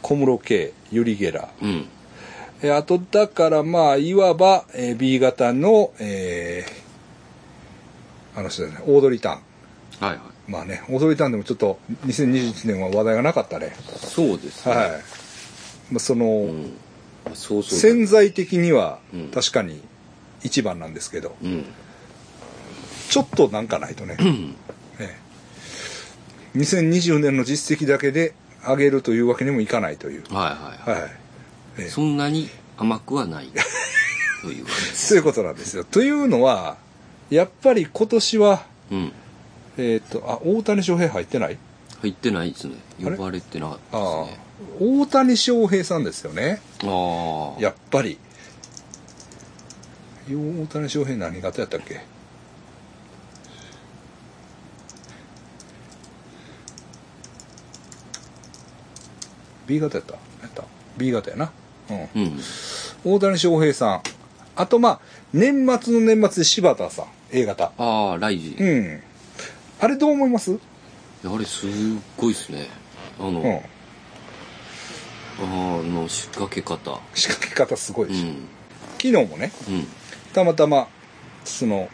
A: 小室圭ユリ・ゲラ
B: うん
A: えーあとだからまあいわば、えー B 型のえーあの人だねオードリー・タン
B: はいはい
A: まあねオードリー・タンでもちょっと2021年は話題がなかったね
B: そうですね
A: はい、まあ、その、
B: うんそうそう
A: 潜在的には
B: うん
A: 確かに一番なんですけど、
B: うん
A: ちょっとなんかないとね、ええ2020年の実績だけで上げるというわけにもいかないという、
B: はいはいは
A: はい、
B: いそんなに甘くはない という感じです
A: そういうことなんですよ。というのは、やっぱり今年は、
B: うん
A: えーっ、と、あ、大谷翔平入ってない
B: 入ってないですね呼ばれてなかっ
A: あ
B: た
A: あ
B: ですね
A: 大谷翔平さんですよね、
B: ああ
A: やっぱり。大谷翔平何型やったっけ？B 型やったやった B 型やな、うん、
B: うん
A: 大谷翔平さんあとまあ、年末の年末で柴田さん、A 型。
B: ああ、ライジ
A: う。ん。あれどう思います
B: あれ、すっごいですね。あの、
A: うん。
B: あの、仕掛け方。
A: 仕掛け方すごいうでしょ。
B: ん。
A: 昨日もね、
B: うん。
A: たまたま、その、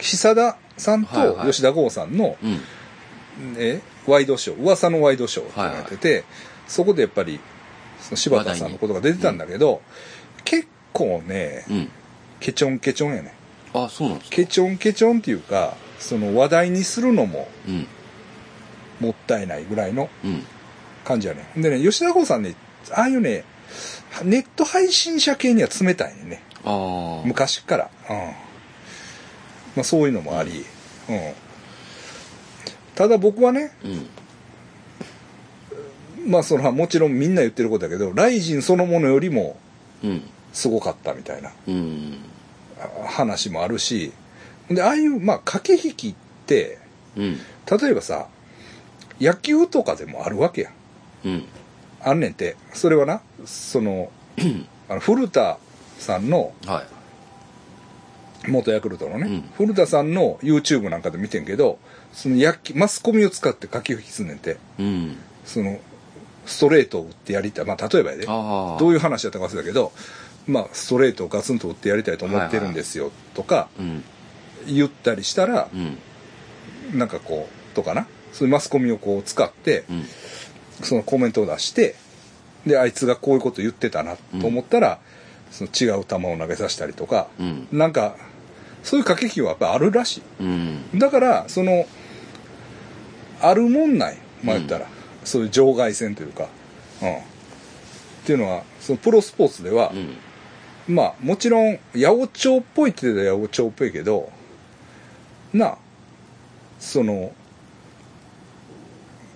A: 久田さん
B: はい
A: と
B: はい
A: 吉田剛さんの、
B: うん。
A: えワイドショー、噂のワイドショーってなってて、そこでやっぱり、その柴田さんのことが出てたんだけど、結構ね、
B: うん。
A: ケチョンケチョンやね。
B: あ、そうなんですか。
A: ケチョンケチョンっていうか、その話題にするのも
B: うん。
A: もったいないぐらいの
B: うん。
A: 感じやね。でね、吉田剛さんね、ああいうね、ネット配信者系には冷たいね。
B: ああ。
A: 昔から。うん。まあそういうのもあり。うん。ただ僕はね、
B: うん。
A: まあその、もちろんみんな言ってることだけど、ライジンそのものよりも
B: うん。
A: すごかったみたいな
B: うん。
A: あ話もあるし、で、ああいう、まあ駆け引きって、
B: うん。
A: 例えばさ、野球とかでもあるわけやん。
B: うん。
A: あんねんて。それはな、その、あの古田さんの、
B: はい。
A: 元ヤクルトのね、
B: うん
A: 古田さんの YouTube なんかで見てんけど、その野球マスコミを使って書き引きすんねんて。
B: うん。
A: その、ストレートを打ってやりたい。まあ、例えばやで。
B: ああ。
A: どう
B: う
A: いう話だったか忘れたけど、まあ、ストレートをガツンと打ってやりたいと思ってるんですよ、とか、
B: うん。
A: 言ったりしたら
B: う、ん。
A: なんかこう、とかな。そういうマスコミをこう使って、
B: うん。
A: そのコメントを出して、で、あいつがこういうこと言ってたなと思ったら、その違う球を投げさせたりとか、
B: うん。
A: なんか、そういう駆け引きはやっぱあるらし
B: うん。
A: い。だから、その、あるもんない、まあ言ったら、そういう場外戦というか、うん。っていうのは、そのプロスポーツでは
B: う、ん。
A: まあもちろん、八百長っぽいって言ったら八百長っぽいけど、なあ、その、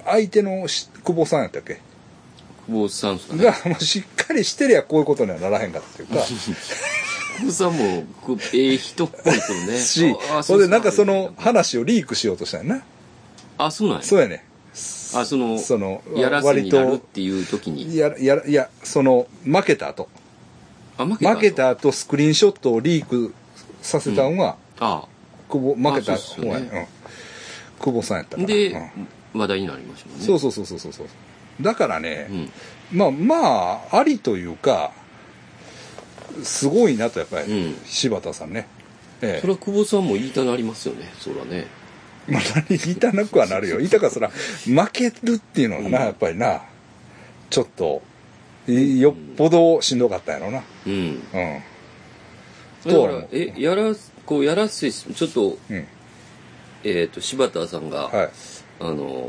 A: 相手のし久保さんやったっけ
B: 久保さんですかね。
A: が、まあ、しっかりしてりゃこういうことにはならへんかったっていうか、
B: 久保さんも、こうえ え人っぽいですよね。
A: し
B: あ、あ
A: それでなんかその
B: うです
A: 話をリークしようとしたんやな。
B: あ、そうなんや
A: そうやね。
B: あ、その、
A: その
B: やらせに
A: 割
B: なるっ
A: と
B: ていう時に。
A: やら、やら、いや、その、負けた後。
B: あ、負けた。
A: 負け。た後、スクリーンショットをリークさせたんは、
B: あ
A: 久保、負けた
B: あそう
A: 方や、
B: っすよね
A: ねうん。久保さんやったか
B: あ。
A: ら。
B: で
A: うん、
B: 話題になりましたもんね。
A: そうそうそうそうそうそう。だからね、
B: うん。
A: まあまあ、ありというか、すごいなと、やっぱり、
B: うん
A: 柴田さんね。え
B: それは久保さんも言いたなりますよね。そらね。
A: え。まあ、何言いたなくはなるよ。言いたかそら、負けるっていうのはな、
B: うん
A: やっぱりな、ちょっと、いよっぽどしんどかったんやろな。
B: うん。
A: うん。
B: だ
A: と
B: か
A: は思
B: ら
A: う、
B: え、やら、こう、やらせ、ちょっと、
A: うん。
B: えっ、と、柴田さんが、
A: はい。
B: あの、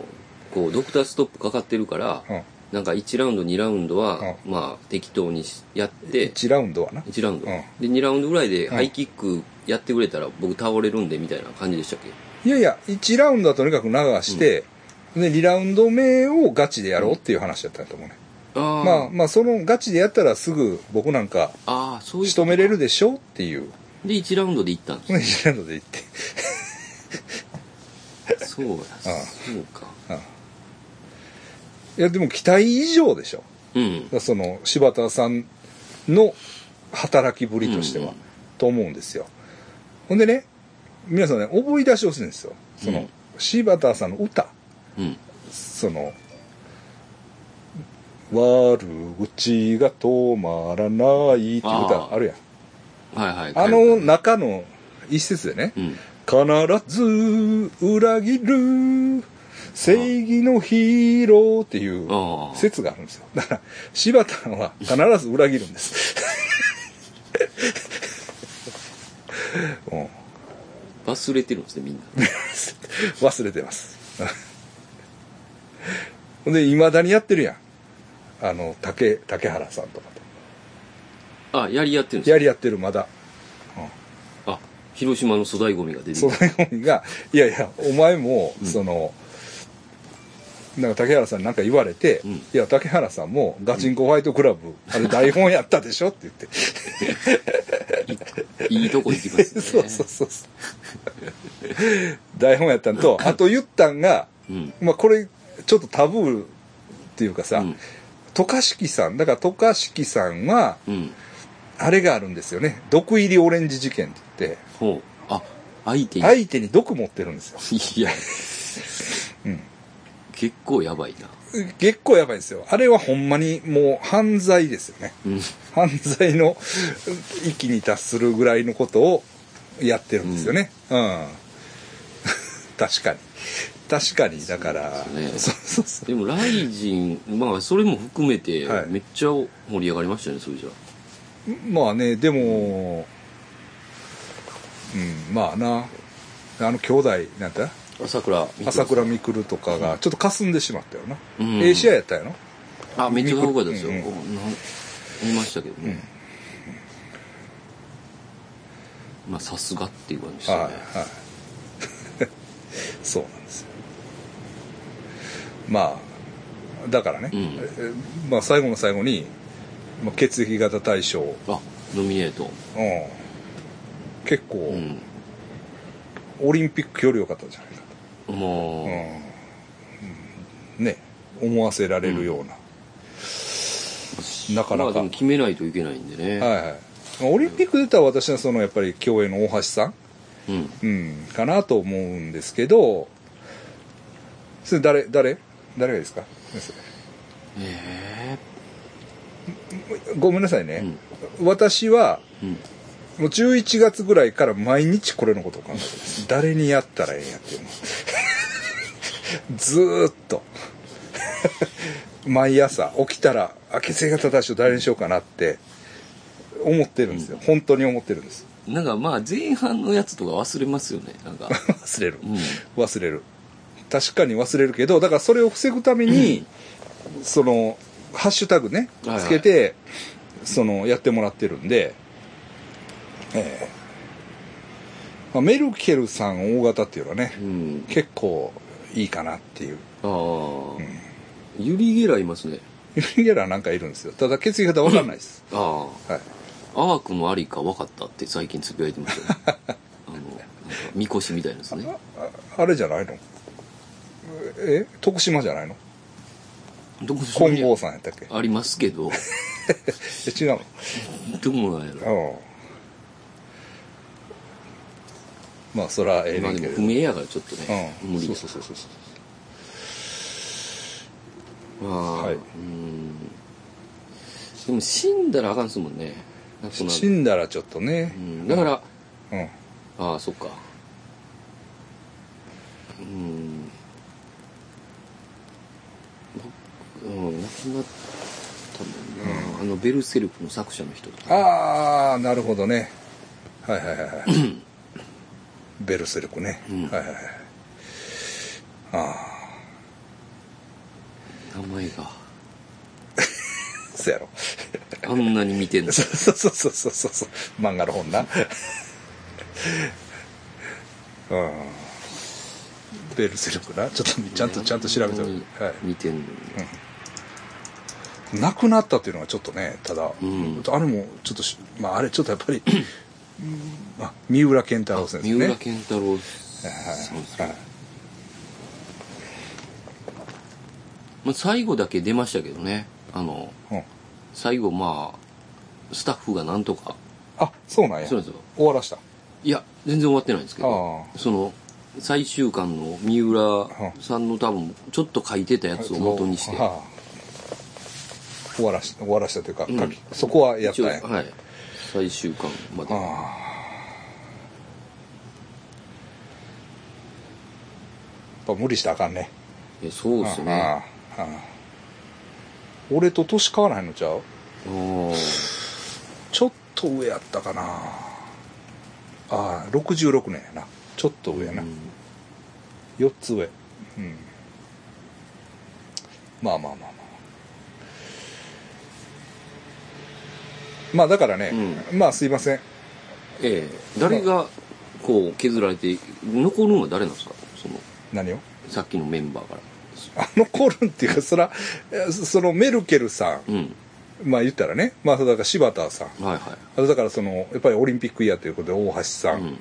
B: こう、ドクターストップかかってるから、
A: うん。
B: なんか1ラウンド、2ラウンドは、まあ、適当にしやって、
A: 1ラウンドはな。
B: 1ラウンド、
A: うん
B: で2ラウンドぐらいで
A: うん
B: ハイキックやってくれたら僕倒れるんでみたいな感じでしたっけ
A: いやいや、1ラウンドはとにかく流して、で、2ラウンド目をガチでやろうっていう話だったんやと思うね。
B: あー、
A: まあまあ、そのガチでやったらすぐ僕なんか
B: あーそういう
A: 仕留めれるでしょうっていう。
B: で1ラウンドで行ったんで
A: ね、1ラウンドで言って。
B: すそうやそうか
A: うんいや、でも期待以上でしょ。
B: うん
A: その、柴田さんの働きぶりとしては、
B: うん
A: と思うんですよ。ほんでね、皆さんね、思い出してほしいんですよ。その、
B: うん
A: 柴田さんの歌。
B: うん
A: その悪口が止まらないっていう歌あるやん
B: はいはい
A: あの中の一節でね
B: うん
A: 「必ず裏切る正義のヒーロー」っていう
B: ああ
A: 説があるんですよだから柴田さんは必ず裏切るんです うん
B: 忘れてるんですねみんな
A: 忘れてます。ほんで、未だにやってるやん。あの、竹、竹原さんとか
B: あやりやってるん
A: と。
B: です
A: や
B: か
A: りやってる、まだ。
B: あ広島の粗大ゴミが出て
A: そ
B: き
A: の
B: た
A: 本が、いやいや、お前も、
B: うん
A: その、なんか竹原さんになんか言われて、
B: うん
A: いや、竹原さんもガチンコホワイトクラブ、あれ台本やったでしょって言 って。
B: いいとこ行きます ね
A: そうそうそうそう。台本やったんと、あと言ったんが、
B: うん
A: まあこれ、ちょっとタブーっていうかさ、
B: うん
A: 渡嘉敷さんだから渡嘉敷さんは
B: うん
A: あれがあるんですよね。毒入りオレンジ事件って言って、
B: ほう。あ、相手に。
A: 相手に毒持ってるんですよ。
B: いや、
A: うん。
B: 結構やばいな。
A: 結構やばいですよ。あれはほんまにもう犯罪ですよね。
B: うん。
A: 犯罪の域に達するぐらいのことをやってるんですよね。うん。 確かに。確かに、だから、
B: そうです
A: そ
B: ね
A: うそうそう。
B: でも、ライジン、まあ、それも含めて
A: はい、
B: めっちゃ盛り上がりましたね、それじゃ
A: まあね、でも、うん、まあな、あの兄弟、なんだ
B: あ。朝倉。
A: 朝倉未来とかがちょっと霞んでしまったよな。
B: うん
A: A 試合やったよな。
B: あ、めっちゃかっこよかったですよ。
A: うんうん
B: おなん見ましたけどね。まあ、さすがっていう感じでしたね。
A: はい はい。そうなんですよ。まあ、だからね、
B: うん
A: えまあ最後の最後に、まあ、血液型大賞、うん、
B: あ、ノミネート。
A: 結構、
B: うん。
A: オリンピックより良かったんじゃないかと、
B: も
A: うんね、思わせられるような。
B: う、
A: なかなか
B: まあでも決めないといけないんでね。
A: はいはいまあオリンピック出たら私はそのやっぱり競泳の大橋さん、
B: うん。
A: うん、かなと思うんですけど、それ誰、誰誰がですか先
B: え
A: 生ごめんなさいね。
B: うん
A: 私は、
B: えうん。
A: もう11月ぐらいから毎日これのことを考えてます。誰にやったらええんやっていうの。 ずーっと。 毎朝起きたら、あ、血液型出しを誰にしようかなって思ってるんですよ。本当に思ってるんです。
B: なんかまあ前半のやつとか忘れますよね。なん か。
A: 忘れる。
B: うん。
A: 忘れる確かに忘れるけどだからそれを防ぐために、そのハッシュタグね
B: はいはい
A: つけて、そのやってもらってるんで、ええまあ、メルケルさん大型っていうのはね、
B: うん。
A: 結構いいかなっていう
B: ああ。ユリゲラいますね。
A: ユリゲラーなんかいるんですよただ血液型わかんないです、
B: あ
A: はい、
B: あ。アークもありか分かったって最近つぶやいてましたよ。 あの、なんか、みこしみたいなんですね。
A: ああれじゃないのえ徳島じゃないの
B: どこでしょう
A: 金剛さんやったっけ
B: ありますけど、
A: え違うの
B: どうもないやろ。
A: うん。まあ、そら、ええ
B: ま
A: ね
B: あ
A: んけ
B: でも
A: ど
B: 不。明やからちょっとね、
A: うん
B: 無理
A: そう
B: や
A: そうそうそうそう。
B: まあ、
A: はいう
B: ーん。でも死んだらあかんっすもんね。なんかこの
A: 死んだらちょっとね
B: う。ん、だから、
A: うん。
B: ああそっかうんなうん亡くなったもんな、あのベルセルクの作者の人とか
A: ああ、なるほどね。はいはいはい はい。ベルセルクね。
B: うん
A: はいはいはい。ああ、
B: 名前が
A: そうやろ。
B: あんなに見てんの
A: そうそうそうそうそうそう。漫画の本な。うん。ベルセルクな。ちょっと、ちゃんと、ちゃんと調べてお
B: あん
A: い
B: な
A: て。はい
B: に。見てんのに、
A: 亡くなったっていうのがちょっとねただ、
B: うん
A: あれもちょっとし、まあ、あれちょっとやっぱり、うんあ三浦健太郎先生
B: 三
A: ね
B: 浦健太郎さんですね
A: はいはい
B: まあ、最後だけ出ましたけどねあの
A: うん、
B: 最後まあスタッフがなんとか
A: あそうなんや
B: そうなんですよ
A: 終わらした
B: いや全然終わってないんですけど
A: ああ
B: その最終巻の三浦さんの多分ちょっと書いてたやつを元にして
A: はあ終わらし終わらしたというか、
B: うん
A: 書きそこはやっ
B: 一
A: た
B: 応
A: んや、
B: はい最終巻まで
A: ああやっぱ無理したらあかんね
B: えそうですね
A: あ
B: あ
A: あああ俺と年変わらへんのちゃう
B: あ
A: ちょっと上やったかなああ66年やなちょっと上やな、
B: うん
A: 4つ上うんまあまあまあまあまあだからね、まあすいません
B: ええ誰がこう削られて残るのは誰なんですかその
A: 何を
B: さっきのメンバーから
A: あのコルンっていうかそらえそのメルケルさん
B: うん
A: まあ言ったらねまあだから柴田さん
B: はいは
A: あとだからそのやっぱりオリンピックイヤーということで大橋さ
B: い
A: ん、
B: うん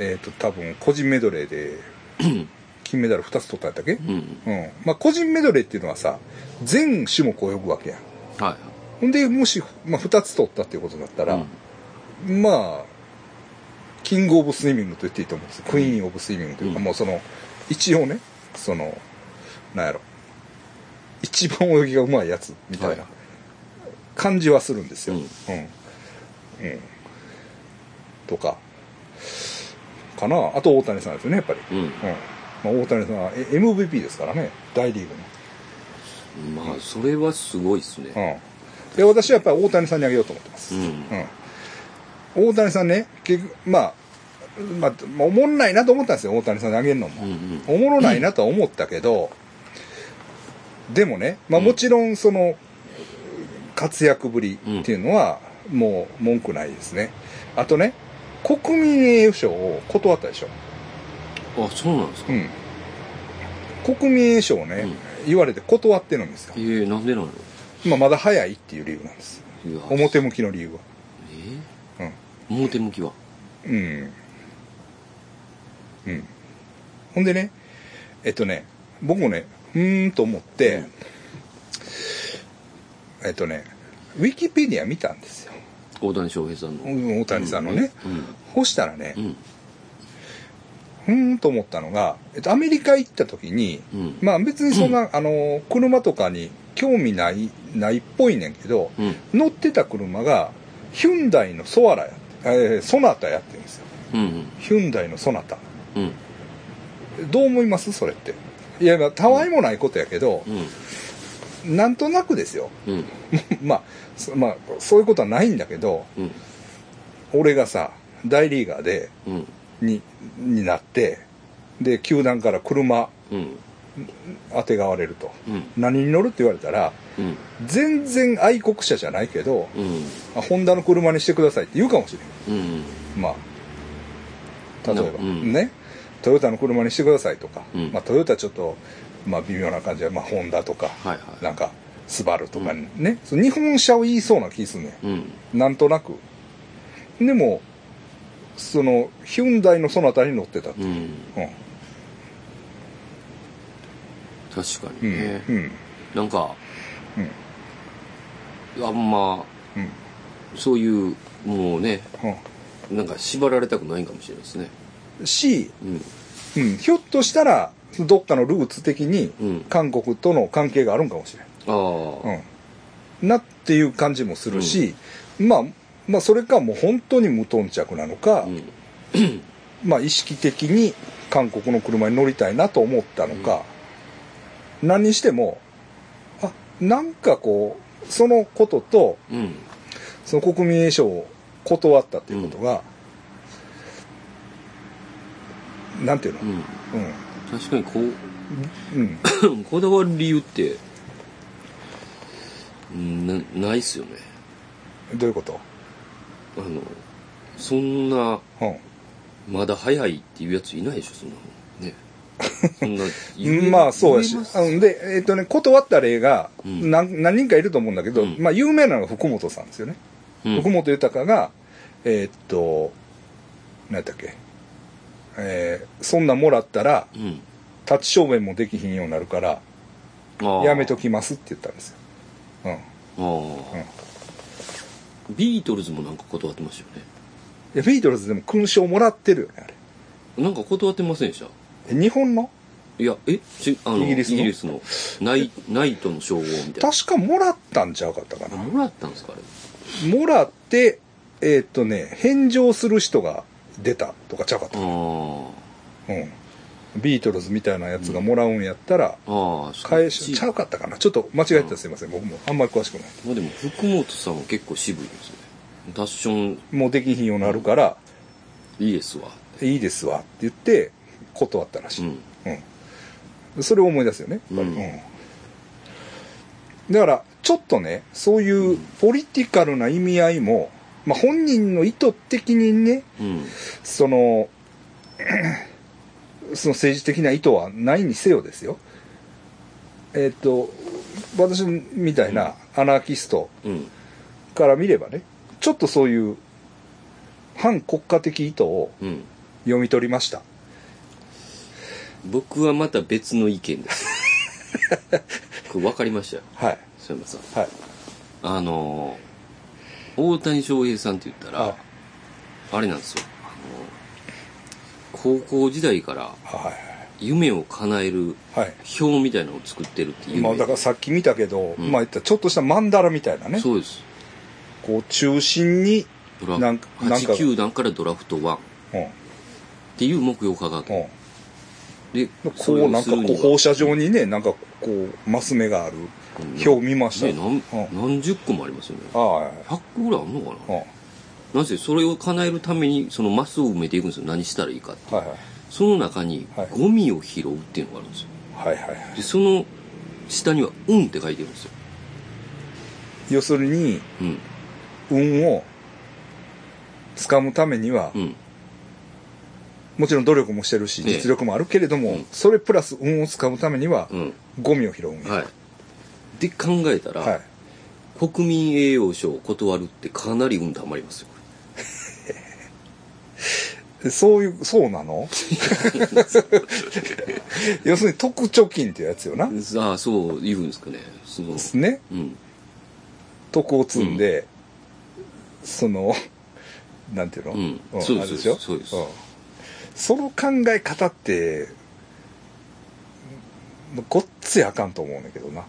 A: えっ、と多分個人メドレーで金メダル2つ取ったんだっけ、
B: うん
A: うん。まあ、個人メドレーっていうのはさ、全種目泳ぐわけやん。
B: はいはい
A: ほんで、もし、まあ、2つ取ったっていうことになったら、まあ、キング・オブ・スイミングと言っていいと思うんですよクイーン・オブ・スイミングというか、
B: うん
A: もうその、一応ね、その、なんやろ、一番泳ぎがうまいやつみたいな
B: はい
A: 感じはするんですよ。
B: うん
A: うん。うんとか、かな。あと大谷さんですよね、やっぱり。
B: うん
A: うん。まあ、大谷さんはえ MVP ですからね、大リーグの。
B: まあそれはすごいですね
A: うん、で私はやっぱり大谷さんにあげようと思ってます、
B: うん
A: うん大谷さんね結局まあまあ、まあおもんないなと思ったんですよ大谷さんにあげるの
B: う
A: も、
B: ん
A: おもろないなとは思ったけど、でもね、まあ、もちろんその活躍ぶりっていうのはもう文句ないですねあとね国民栄誉賞を断ったでしょ、
B: うんあそうなんですか、
A: うん、国民栄誉賞をね、言われて断ってるんですよ、
B: ええなんでなの
A: まあ、まだ早いっていう理由なんです
B: いや
A: 表向きの理由は
B: え
A: うん
B: ー表向きは
A: うんうんほんでねえっとね僕もねうーんと思って、
B: うん
A: えっとねウィキペディア見たんですよ
B: 大谷翔平さんの
A: 大谷さんのね、
B: うん
A: ほしたらね
B: う、ん
A: うーんと思ったのが、えっと、アメリカ行った時に、
B: うん
A: まあ別にそんな、あの車とかに興味ないないっぽいねんけど、
B: うん
A: 乗ってた車がヒュンダイのソアラやって、えーソナタやってるんですよ
B: うん
A: ヒュンダイのソナタ
B: うんうん
A: どう思いますそれっていやまあたわいもないことやけど、
B: うん
A: なんとなくですよ
B: うん
A: まあそ,、まあ、そういうことはないんだけど
B: うん
A: 俺がさ大リーガーで
B: うん
A: にになってで球団から車
B: うん
A: 当てがわれると
B: うん
A: 何に乗るって言われたら
B: うん
A: 全然愛国者じゃないけど
B: うん
A: あホンダの車にしてくださいって言うかもしれん
B: うん
A: まあ、例えば、
B: うん
A: ねトヨタの車にしてくださいとか、
B: うん
A: まあ、トヨタちょっと、まあ、微妙な感じで、まあ、ホンダとか、
B: はいはい
A: なんかスバルとかね、その日本車を言いそうな気すんね
B: うん
A: んなんとなくでもそのヒュンダイのソナタに乗ってたって、
B: うん
A: うん
B: 確か
A: う
B: に
A: ん
B: ね
A: うん
B: なんか
A: うん
B: あんま
A: うん
B: そういうもうね
A: う
B: なんか縛られたくないかもしれないですね
A: んし、
B: うん
A: うん、ひょっとしたらどっかのルーツ的に
B: うん
A: 韓国との関係があるんかもしれない
B: ああ
A: うん、なっていう感じもするし、まあまあそれかもう本当に無頓着なのか、
B: うん
A: まあ意識的に韓国の車に乗りたいなと思ったのか、何にしてもあなんかこうそのことと
B: うん
A: その国民栄誉賞を断ったっていうことが、なんていうの
B: うん
A: う、
B: 確かにこうん
A: う ん、
B: こだわる理由ってうんなないっすよね
A: どういうこと、
B: あのそんな
A: うん
B: まだ早いっていうやついないでしょそんなのねそ んな
A: うんまあそうやし。
B: 言えます
A: うんで、えっ、とね、断った例が、
B: うん
A: なん何人かいると思うんだけど、
B: うん
A: まあ有名なのが福本さんですよね。
B: うん
A: 福本豊が、えっと、何やったっけ、えーそんなんもらったら、
B: うん
A: 立ち証明もできひんようになるから、
B: あー
A: やめときますって言ったんですよ。うん。
B: あービートルズもなんか断ってましたよね
A: いやビートルズでも勲章もらってるよね、あれ。
B: なんか断ってませんでした
A: え日本の
B: いやえしあの
A: イギリスの
B: のナイナイトの称号みたい
A: 確かもらったんちゃうかったか
B: な
A: な。
B: もらったんですかあれ
A: もらって、えっとね、返上する人が出たとかちゃうかった
B: あ。ー
A: うん、ビートルズみたいなやつがもらうんやったら、
B: あー
A: 返
B: そっ
A: し
B: ち
A: ちゃうかったかなちょっと間違えてたらすいません僕もあんまり詳しくない
B: まあでも福本さんは結構渋いですよねダッション
A: もうできひんようになるから、
B: イエスは、
A: いいですわって言って断ったらし
B: う
A: い、
B: ん、
A: うんそれを思い出すよね、やっぱり
B: うん
A: うんだからちょっとねそういうポリティカルな意味合いも、まあ、本人の意図的にね
B: うん、
A: その その政治的な意図はないにせよですよえっ、と私みたいなアナーキスト
B: うん、
A: から見ればねちょっとそういう反国家的意図を
B: うん。
A: 読み取りました
B: 僕はまた 別の意見です。これ分かりましたよ。
A: はい
B: すみません。
A: はい
B: あの大谷翔平さんって言った
A: あ
B: らあれなんですよあの高校時代から
A: は
B: 夢を叶える
A: いはい
B: 表みたいなのを作ってるっていう、
A: まあだからさっき見たけど、
B: ん
A: まあ言ったらちょっとした曼荼羅みたいなね
B: そうです
A: こう中心に
B: ドラ
A: なんかなんか
B: 8球団からドラフト1っ
A: うん
B: ていう目標を掲
A: う
B: げ
A: ん
B: で
A: こうなんかこう放射状にねなんかこうマス目がある表見ました
B: ね
A: よ、
B: 何
A: うん
B: 何十個もありますよね
A: ああはい
B: 100個ぐらいあるのか
A: うん
B: ななぜそれを叶えるためにそのマスを埋めていくんですよ何したらいいかって
A: はいはい
B: その中に
A: はい
B: ゴミを拾うっていうのがあるんですよ
A: はいはいはい
B: でその下には「運」って書いてるんですよ
A: 要するに
B: うん
A: 運を掴むためには、
B: うん
A: もちろん努力もしてるし
B: ええ
A: 実力もあるけれども、
B: うん
A: それプラス運を掴むためには、
B: うん
A: ゴミを拾うんや
B: はいで考えたら、
A: はい、
B: 国民栄養賞を断るってかなり運溜まりますよ
A: そういうそうな の要するに特貯金っていうやつよな、
B: ああそう言うんですかねその
A: ね
B: うん
A: 徳を積んで、そのなんていうの、
B: うんそうです
A: あれしょ
B: そうです
A: んその考え方ってもうごっついあかんと思うねんだけどな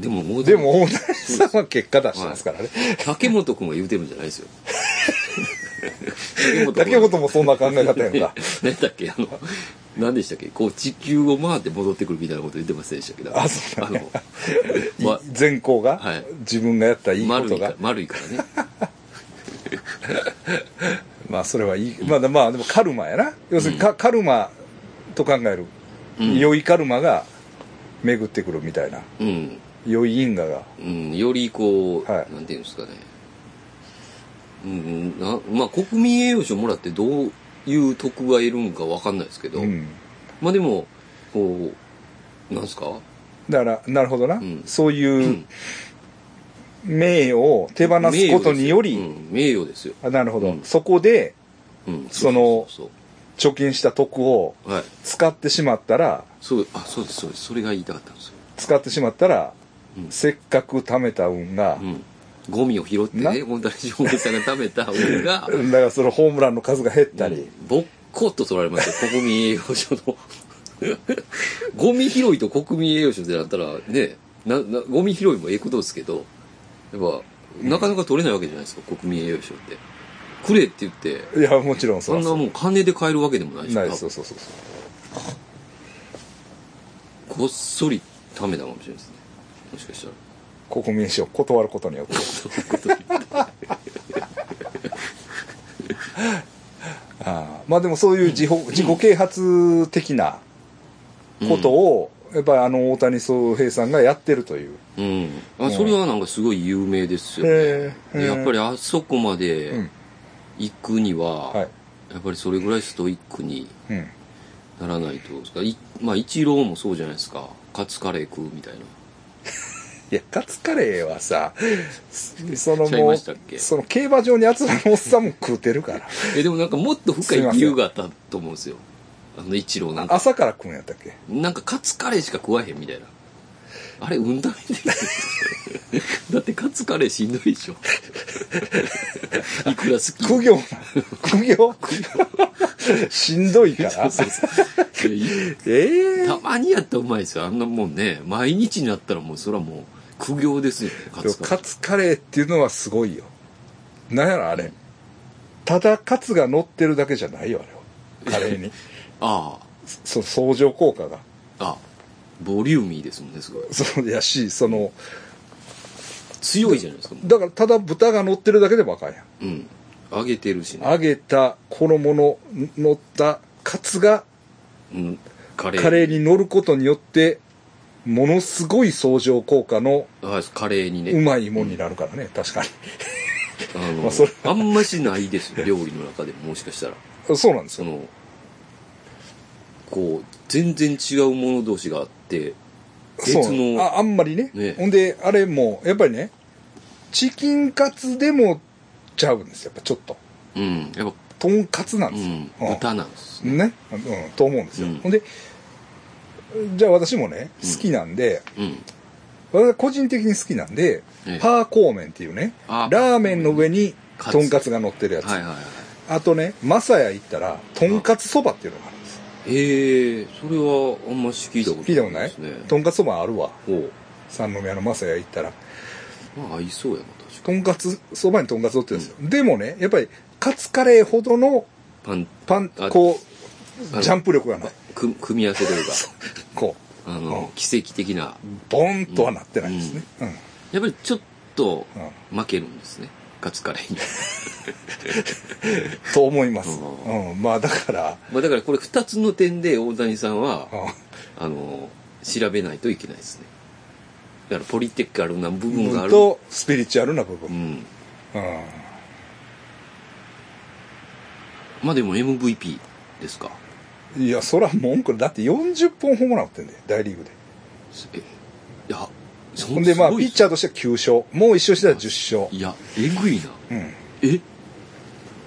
B: でももう
A: でも大谷さんは結果出してますからね、
B: 竹本君が言うてるんじゃないですよ竹本 君
A: 竹本もそんな考え方や んか
B: 何だっけあの何でしたっけこう地球を回って戻ってくるみたいなこと言ってませんでしたっけど
A: あそうだね
B: あのわ
A: 全校が、
B: はい
A: 自分がやったいいこ
B: 丸
A: と
B: いから
A: が
B: 丸いからね
A: まあそれはいい、まあ、まあでもカルマやな要するにカ,、カルマと考える、
B: うん
A: 良いカルマが巡ってくるみたいな
B: うん、
A: 良い因果が
B: うん、よりこう、
A: はい
B: なんていうんですかねうんなまあ国民栄養賞もらってどういう得が得るんかわかんないですけど、
A: うん
B: まあでもこうなんですか
A: だからなるほどな、
B: ん
A: そういう名誉を手放すことにより、
B: 名誉ですよ
A: あなるほど、
B: うん
A: そこで
B: うん、名誉ですよ
A: その
B: うんそうそう
A: 貯金した徳を
B: そうはい
A: 使ってしまったら
B: そうあそうですそうですそれが言いたかったんですよ、
A: 使ってしまったら、
B: うん
A: せっかく貯めた運が
B: う、ん、ゴミを拾って
A: な
B: ね本谷翔平さんが食べた俺が
A: だからそのホームランの数が減ったり、
B: うんボッコッと取られましたよ国民栄養賞の ゴミ拾いと国民栄養賞ってなったらねななゴミ拾いもええことですけどやっぱなかなか取れないわけじゃないですか国民栄養賞ってくれって言って
A: いやもちろんそ
B: そ
A: うん
B: なもう金で買えるわけでもないし
A: ないですそう
B: 多
A: そうそうそう
B: 分こっそり貯めたかもしれないですねもしかしたら
A: 国民賞を断ることによってああまあでもそういう自己,、自己啓発的なことを、やっぱりあの大谷翔平さんがやってるという、
B: うん、あそれはなんかすごい有名ですよね、
A: へえへ
B: で
A: え
B: やっぱりあそこま
A: う
B: で
A: ん
B: 行くには、
A: はい
B: やっぱりそれぐらいストイックに
A: うん、
B: ならないとですかいまあ一郎もそうじゃないですかカツカレー食うみたいない
A: やカツカレーはさそその
B: ちゃい
A: も
B: ましたっ
A: う
B: け
A: その競馬場に集まるおっさんも食うてるから
B: えでもなんかもっと深
A: すいま
B: い
A: せん
B: 理由があったと思うんですよあの一郎なんか
A: 朝から食うんやったっけ
B: なんかカツカレーしか食わへんみたいなあれうんだめで だってカツカレーしんどいでしょいくら好き
A: 苦行な苦行 しんどいから
B: そうそうそうで
A: ええ
B: たまにやったらうまいですよあんなもんね毎日になったらもうそれはもう苦行ですよねカ
A: でも
B: ツカ
A: カツカレーっていうのはすごいよなんやろあれただカツが乗ってるだけじゃないよあれはカレーに
B: あ
A: そ相乗効果が
B: ああボリューミーですもんねすごい
A: そうやしその
B: 強いじゃないですかもう
A: だからただ豚が乗ってるだけでもあかんやん
B: うん揚げてるしね、
A: 揚げた衣の乗ったカツが
B: うん、カレー
A: カレーに乗ることによってものすごい相乗効果の
B: あカレーにね
A: うまいもんになるからね確か
B: あの、
A: まあそれ
B: あんましないですよ料理の中でももしかしたら
A: にそうなんです
B: そ
A: よ
B: のこう全然違うもの同士があって別
A: そう
B: の
A: ああんまりね
B: ね
A: ほんであれもやっぱりねチキンカツでもちゃうんですよやっぱちょっと
B: うんやっぱ、
A: とんかつなん
B: う
A: ですよ、
B: ん、
A: うん
B: 豚なんです
A: ね、うん、と思うんですよ、
B: うん
A: ほんでじゃあ私もね好きなんで、
B: うん
A: 私個人的に好きなんで、
B: ええ
A: パーコーメンっていうね、
B: あ
A: ラーメンの上に
B: カツ
A: とんかつが乗ってるやつ。
B: はいはいはい
A: あとね、マサヤ行ったら、とんかつそばっていうのがあるんです。
B: ええそれはあんまし聞いたこと
A: 聞いたことない
B: ですね
A: とんかつそばあるわ。
B: ほう
A: 三宮のマサヤ行ったら。
B: まあ合いそうやな確か
A: とんかつそばにとんかつ乗ってるんですよ。でもね、やっぱり、カツカレーほどの
B: パン
A: パン、
B: あ
A: こ
B: あ
A: う、
B: の
A: ジャンプ力がない。
B: く組み合わせという か
A: こ
B: あ
A: うん
B: の奇跡的な
A: う、ボンとはなってないですね。うん。
B: やっぱりちょっと
A: うん
B: 負けるんですねカツカレーに
A: と思います。
B: う
A: うん。まあだから、
B: まあだからこれ2つの点で大谷さんは
A: うん
B: あの調べないといけないですねだからポリティカルな部分があ
A: うん
B: る
A: とスピリチュアルな部
B: う
A: 分。
B: ん
A: うん。
B: まあでも MVP ですか
A: いや、そら文句だって40本ホームラン打ってんだよ、大リーグで。
B: えいやそ
A: ほんで、まあ、
B: す
A: ピ
B: ごい
A: ッチャーとしては9勝。もう1勝したら10勝。
B: いやえぐいな
A: うん。
B: え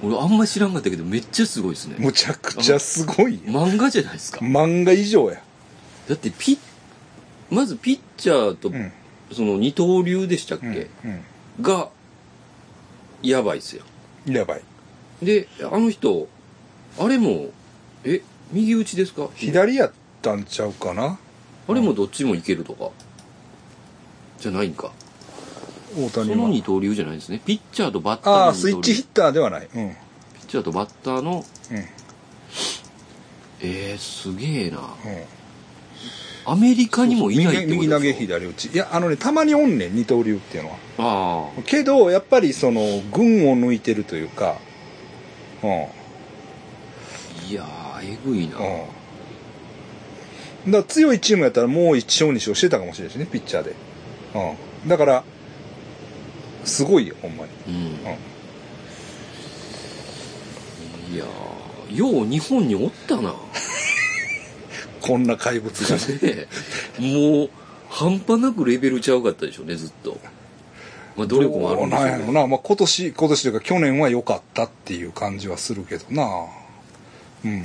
B: 俺あんまり知らんかったけどめっちゃすごいですね
A: むちゃくちゃすごいよ。
B: 漫画じゃないですか
A: 漫画以上や。
B: だってピッまずピッチャーと、
A: うん。
B: その二刀流でしたっ
A: うん
B: け、。がやばいっすよ
A: うんやばい。
B: であの人あれもえ右打ちですか
A: 左やったんちゃうかな
B: あれもどっちもいけるとかじゃないんか
A: 大
B: そ
A: 谷
B: の
A: は
B: 二。刀流じゃないですねピッチャーとバッターの
A: ああ、
B: 二
A: スイッ
B: 刀
A: チ
B: 流
A: ヒッターではない。うん。うん。
B: ピッチャーとバッターのえー、すげえなアメリカにもいないって
A: 右
B: こ
A: 右投
B: と
A: げ
B: ですか
A: 左打ち。いや、あのね、たまにおんねん、二刀流っていうのは。
B: ああ
A: けど、やっぱりその、群を抜いてるというか、うん。
B: いやーえぐいな、
A: うん、だから強いチームやったらもう1勝2勝してたかもしれないしねピッチャーで、うん、だからすごいよほんまに、
B: う
A: う
B: んいやーよう日本におったな ね
A: ん、こんな怪物がね
B: もう半端なくレベルちゃうかったでしょうねずっとまあ努力もあるんで
A: ど
B: し
A: う
B: ょう
A: なんや
B: け
A: ろ
B: ど
A: な、まあ、今年今年というか去年は良かったっていう感じはするけどなうん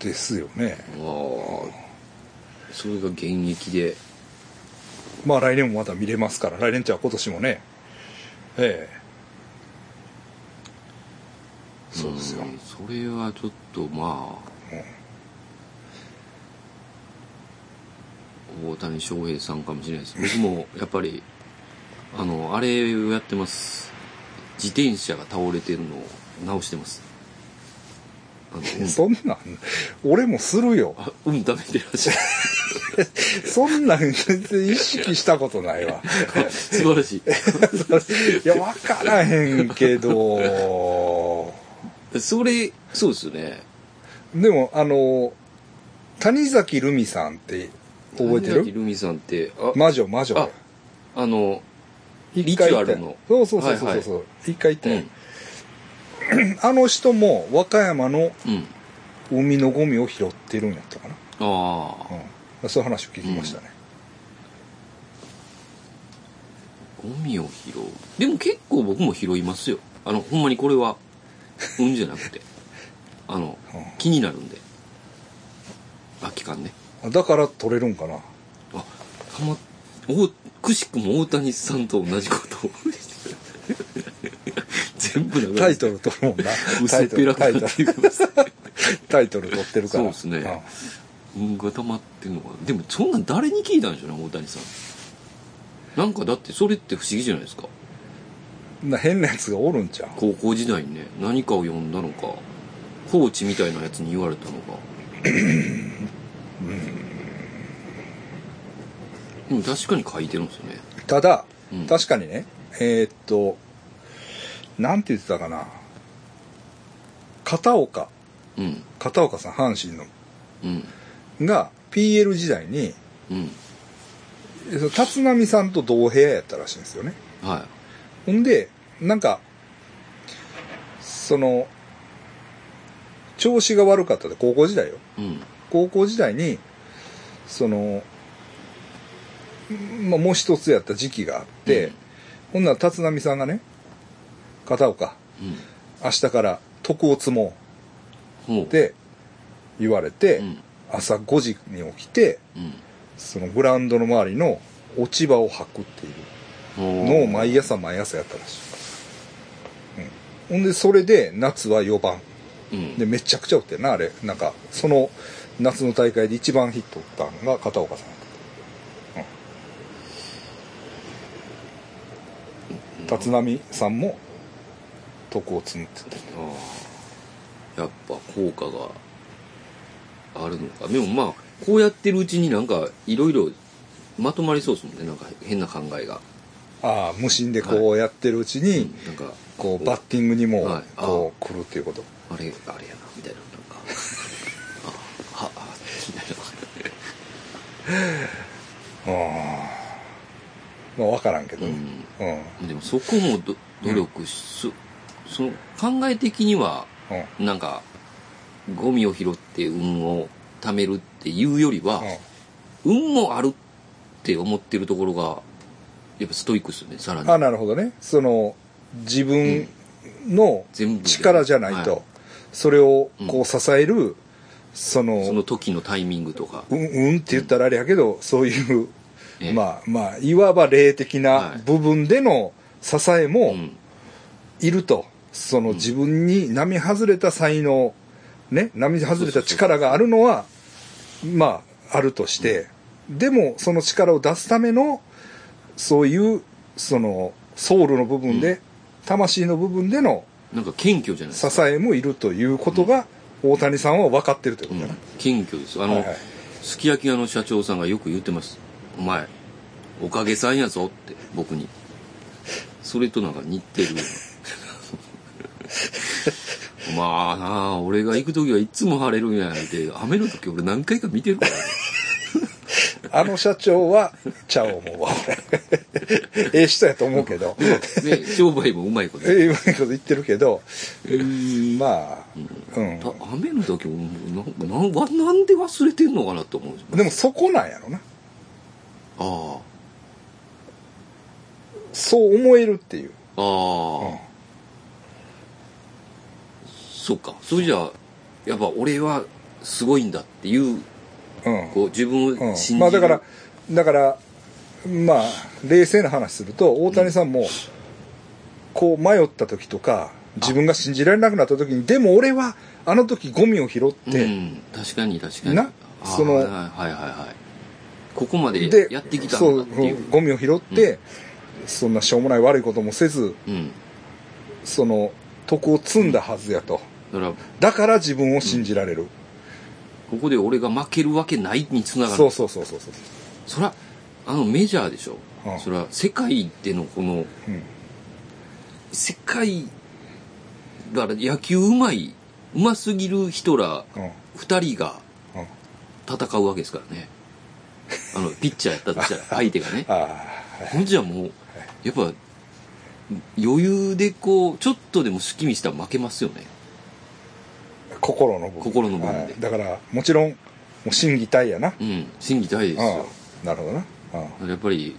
A: ですよね
B: ああそれが現役で
A: まあ来年もまた見れますから来年ちゃう今年もねええそうですよ、
B: んそれはちょっとまあ大谷翔平さんかもしれないです僕もやっぱりあのあれをやってます自転車が倒れてるのを直してますあの
A: うんそんなん、俺もするよ。
B: あうん食べてらっしゃる
A: そんなん全然意識したことない わ。
B: 素晴 らし
A: いや、わからへんけど、
B: いそれそうですよね
A: でも、あの、谷崎ルミさんって覚えて
B: 谷崎
A: る
B: ルミさんってあ、
A: 魔女、魔
B: あ
A: 女。
B: あのリ
A: 一
B: チ
A: 回
B: ュ
A: 行
B: ア
A: った
B: ル
A: よ
B: の
A: そうそうそうそうそう。一回行った
B: はいは
A: よ
B: い、
A: あの人も和歌山の
B: うん、うん、
A: 海のゴミを拾ってるんやったかな。
B: ああ
A: うん、そういう話を聞きましたね。
B: ゴミを拾う。でも結構僕も拾いますよ。あの、ほんまにこれは、運じゃなくて。あの
A: うん、
B: 気になるんで。あ、期間ね。
A: だから取れるんかな。
B: あ、たま、お、くしくも大谷さんと同じ ことを全部流れて
A: タイトル取るもんな。
B: 薄っぺらくな
A: タイトルタイトル
B: っていきます。
A: タイトル取ってるから。
B: そうですね運が溜まってんのかな。でもそんなん誰に聞いたんでしょうね、大谷さん。なんかだってそれって不思議じゃないですか。
A: うんな変なやつがおるんちゃう
B: 高校時代にね何かを読んだのかコーチみたいなやつに言われたのかでも確かに書いてるんですよね
A: ただ、
B: うん
A: 確かにね、えーっと、なんて言ってたかな。片岡、
B: うん
A: 片岡さん、阪神の、
B: うん
A: が PL 時代に、
B: うん
A: その立浪さんと同部屋やったらしいんですよね。
B: は
A: ほんで、なんか、その、調子が悪かったで、高校時代よ。
B: いうん
A: 高校時代にその、んまあ、もう一つやった時期があって、
B: うん
A: ほんなら立浪さんがね「片岡
B: うん
A: 明日から徳を積も
B: ほう
A: う」って言われて、
B: うん
A: 朝5時に起きて、
B: うん
A: そのグラウンドの周りの落ち葉を履くっていうのを毎朝毎朝やったらしい。うん。ほんで、それで夏は4番。
B: うん
A: で、めちゃくちゃ打ってるな、あれ。なんか、その夏の大会で一番ヒット打ったのが片岡さんやった。うん。立浪さんも徳を積むって言ってる。
B: ああやっぱ効果があるのかでもまあこうやってるうちになんかいろいろまとまりそうですもんねなんか変な考えが、
A: ああ、無心でこうやってるうちに、
B: うんなんか
A: こうバッティングにも
B: はい
A: こう来るっていうこと
B: あれあれやなみたいななんかあはあみたいな
A: ああまあ分からんけどねうんうん
B: でもそこもど努力し、そその考え的には
A: うん
B: なんかゴミを拾って運を貯めるっていうよりは、運もあるって思ってるところがやっぱストイックですよねさらに
A: あなるほどねその自分の
B: 全部で
A: 力じゃない
B: は
A: とそれをこう支えるそ
B: そ
A: の
B: の時のタイミングとか
A: うんうんって言ったらあれやけどそういう
B: え
A: まあまあいわば霊的
B: は
A: ない部分での支え
B: う
A: も
B: ん
A: いるとその自分に並外れた才能ね並外れた力があるのはまああるとして、でもその力を出すためのそういうそのソウルの部分で、
B: う
A: 魂の部分での
B: なんか謙虚じゃないです
A: 支
B: か、
A: えもいるということが、大谷さんは分かってるという
B: う
A: こ
B: ん
A: とだな、、
B: 謙虚ですあの、
A: はいはい
B: すき焼き屋の社長さんがよく言ってます「お前おかげさんやぞ」って僕にそれとなんか似てる まあなあ俺が行く時はいつも晴れるんやで雨の時俺何回か見てるか ら、
A: あの社長はちゃう思 うわ俺ええ人やと思うけど
B: ね、商売もうまいこと
A: ええうまいこと言ってるけどうんまあうん
B: た雨の時もななわなんで忘れてんのかなと思うんですよ
A: でもそこなんやろな
B: あ
A: そう思えるっていう、
B: あああ、
A: うん
B: そっかそれじゃあやっぱ俺はすごいんだっていう
A: うん
B: こう自分
A: う
B: を信じる、
A: ん、まあだからだからまあ冷静な話すると大谷さんもこう迷った時とか自分が信じられなくなった時にでも俺はあの時ゴミを拾っ
B: う
A: て、
B: ん、確かに確かに
A: な
B: あー
A: その
B: はいはいはいはいここまで
A: で
B: やってきた
A: そ
B: ん
A: う
B: だっていう
A: ゴミを拾って、そんなしょうもない悪いこともせず
B: うん
A: その徳を積んだはずやと
B: だから
A: だから自分を信じられる、
B: ここで俺が負けるわけないにつなが
A: そう
B: る
A: そうそうそうそう
B: そらあのメジャーでしょ、
A: うん
B: そら世界でのこの
A: うん
B: 世界だから野球うまいうますぎる人ら
A: うん
B: 2人が
A: うん
B: 戦うわけですか らねあのピッチャーやったとしたら相手がね
A: ああ
B: ほんじゃもうやっぱ余裕でこうちょっとでも好き見したら負けますよね
A: 心の部分
B: 心の部分で
A: はいだからもちろんもう心技体やな
B: うん心技体です
A: あ
B: よ
A: あなるほどなあ
B: やっぱり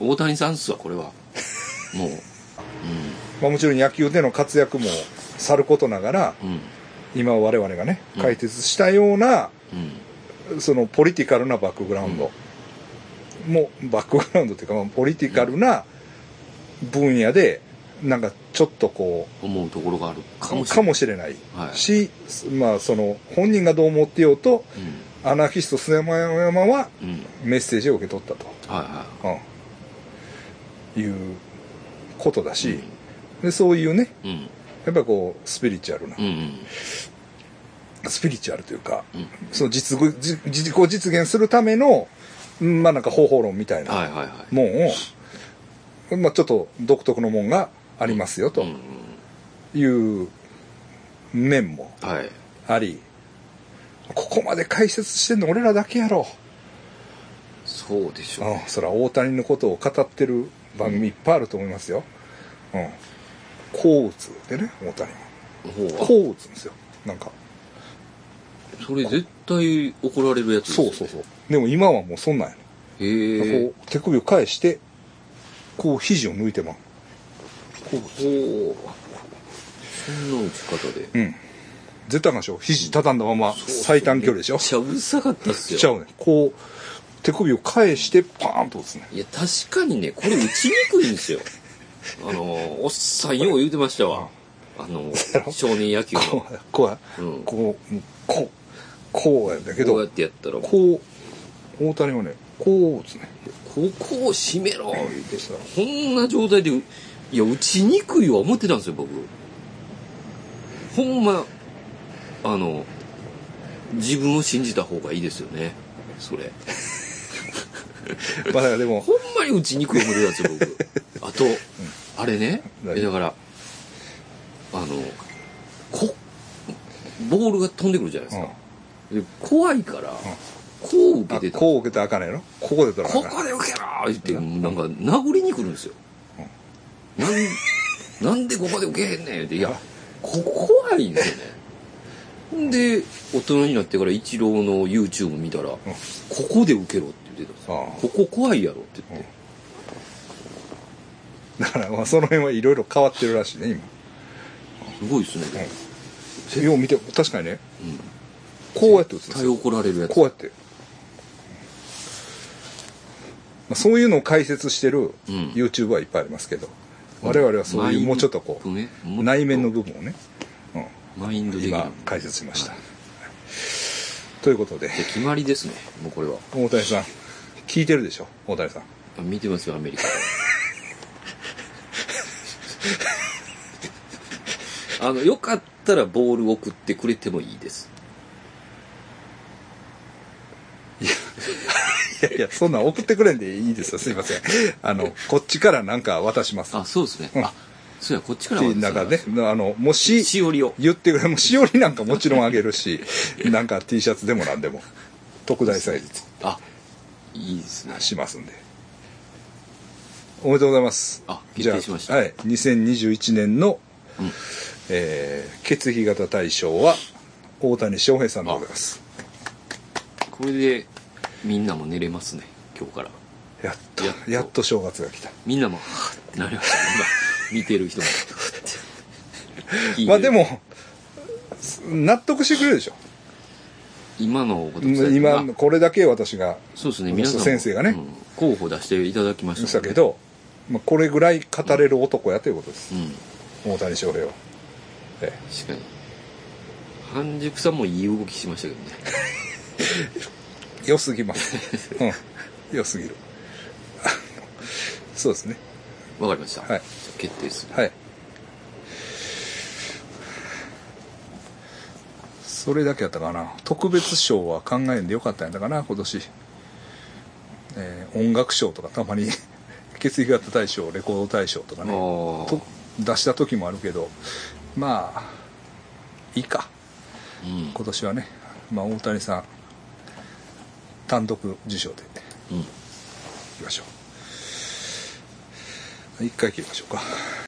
B: 大谷さんっすわこれ はもう
A: あまあ、もちろん野球での活躍もさることながら
B: うんうん
A: 今我々がね解説したような、
B: うん
A: そのポリティカルなバックグラウンドも、バックグラウンドというか、まあ、ポリティカルな分野でなんかちょっとこう
B: 思うところがあるか
A: か
B: も
A: も
B: しれない
A: しれない
B: はい
A: し、まあその本人がどう思ってようとアナーキスト砂山山は
B: うん、うん、
A: メッセージを受け取ったと。
B: はいは
A: うん、いうことだし、でそういうね
B: いうん
A: やっぱりこうスピリチュアルな、
B: うんうん
A: スピリチュアルというか、
B: うん
A: その実具じ自己実現するためのうんまあなんか方法論みたい
B: はい
A: な
B: はいはい
A: もんを、まあ、ちょっと独特のもんがありますよと
B: うんうん
A: いう面も
B: はい
A: ありここまで解説してんの俺らだけやろ
B: そうでしょう、
A: うんそら大谷のことを語ってる番組いっぱいあると思いますよ。うん。こう打つでね、大谷は。
B: ほ
A: こう打つんですよ。なんか。
B: うそれ絶対怒られるやつです
A: そ
B: よね
A: うそうそう。でも今はもうそんなんやね、
B: へえ
A: こう手首を返して、こう肘を抜いてまう。
B: ほうそんな打ち方で
A: うん。絶対あかんでしょ肘畳んだまま最短距離でしょ
B: めっちゃうるさかったっす
A: しちゃ
B: よ。
A: うねこう手首を返してパーンと打つね
B: いや、確かにね、これ打ちにくいんですよ。あの、おっさんよう言うてましたわ。あの、少年野球の。
A: こうこうや、
B: うん
A: こうこうこうやんだけど
B: こうやってやったら、こ
A: こう大谷はねこう打つね
B: こを締めろ言うて
A: でさ
B: こんな状態で、いや、打ちにくいは思ってたんですよ、僕。ほんま、あの、自分を信じた方がいいですよね、それ。
A: まあだからでも
B: ほんまに打ちにくい思ってたんですよ、僕。あと、あれね、
A: 何
B: えだから、あの、こ、ボールが飛んでくるじゃないですか。で怖いから、こう受
A: あ
B: けてた。
A: こう受けたらあかんねやろここで取らなあか
B: こ
A: ん
B: こで受けろ言って、なんか殴りに来るんですよ。なんなんでここで受けへんねんって、いや、ここ怖いんですよね。んで、大人になってから一郎の YouTube 見たら、ここで受けろって言ってたんです
A: あ
B: よ
A: あ
B: ここ怖いやろって言って。
A: だからまあその辺はいろいろ変わってるらしいね
B: すごいですね。
A: 今よう見て確かにね
B: うん。
A: こうやって打つんです
B: 絶対
A: よ
B: 怒られるやつ。
A: こうやって、まあ、そういうのを解説してる
B: うん
A: YouTuber はいっぱいありますけど、我々はそういうもうちょっとこう
B: 内部ね
A: 内面の部分をね、うん
B: マインド的な
A: 今。解説しました、ということで
B: で決まりですね、もうこれは。
A: 大谷さん聞いてるでしょ大谷さん
B: あ見てますよ、アメリ カ。あの、よかったらボール送ってくれてもいいです。
A: いやいやそんなん送ってくれんでいいですよすいませんあのこっちからなんか渡します
B: あ、そうですね。あ、そうや、こっちか
A: っ
B: ら
A: てい
B: 渡
A: う
B: す
A: 中で、あのもし
B: しおりを。
A: 言ってくれもうしおりなんかもちろんあげる しなんか T シャツでもなんでも特大サイズ
B: あ、いいですね。
A: しますんでおめでとうございます
B: あ決定しました
A: じゃあはい、2021年の、
B: うん
A: えー血液型大賞は大谷翔平さんでございます
B: これで、みんなも寝れますね、今日から。
A: やっと
B: や
A: や
B: っ
A: っ
B: と
A: と正月が来た
B: みんなも、はぁってなりました、ね。今、見てる人も。聞いてる
A: まあで、も納得してくれるでしょ
B: 今のこと伝えて
A: 今これだけ私が
B: そうですね、皆さんも
A: 先生がね
B: うん候補出していただきま
A: 言っ
B: して
A: た
B: たもん
A: け、
B: ね
A: ど、まあ、これぐらい語れる男やということです、
B: うん、
A: 大谷翔平は、え
B: 確かに半熟さんもいい動きしましたけどね
A: え良すぎますうん良すぎるそうですね
B: わかりました、
A: はい
B: 決定する
A: はいそれだけやったかな特別賞は考えんでよかったんやったかな今年、えー音楽賞とかたまに 血液型大賞レコード大賞とかね
B: あー
A: と出した時もあるけどまあいいか
B: うん
A: 今年はね、まあ、大谷さん単独受賞で
B: うん
A: いきましょう一回切りましょうか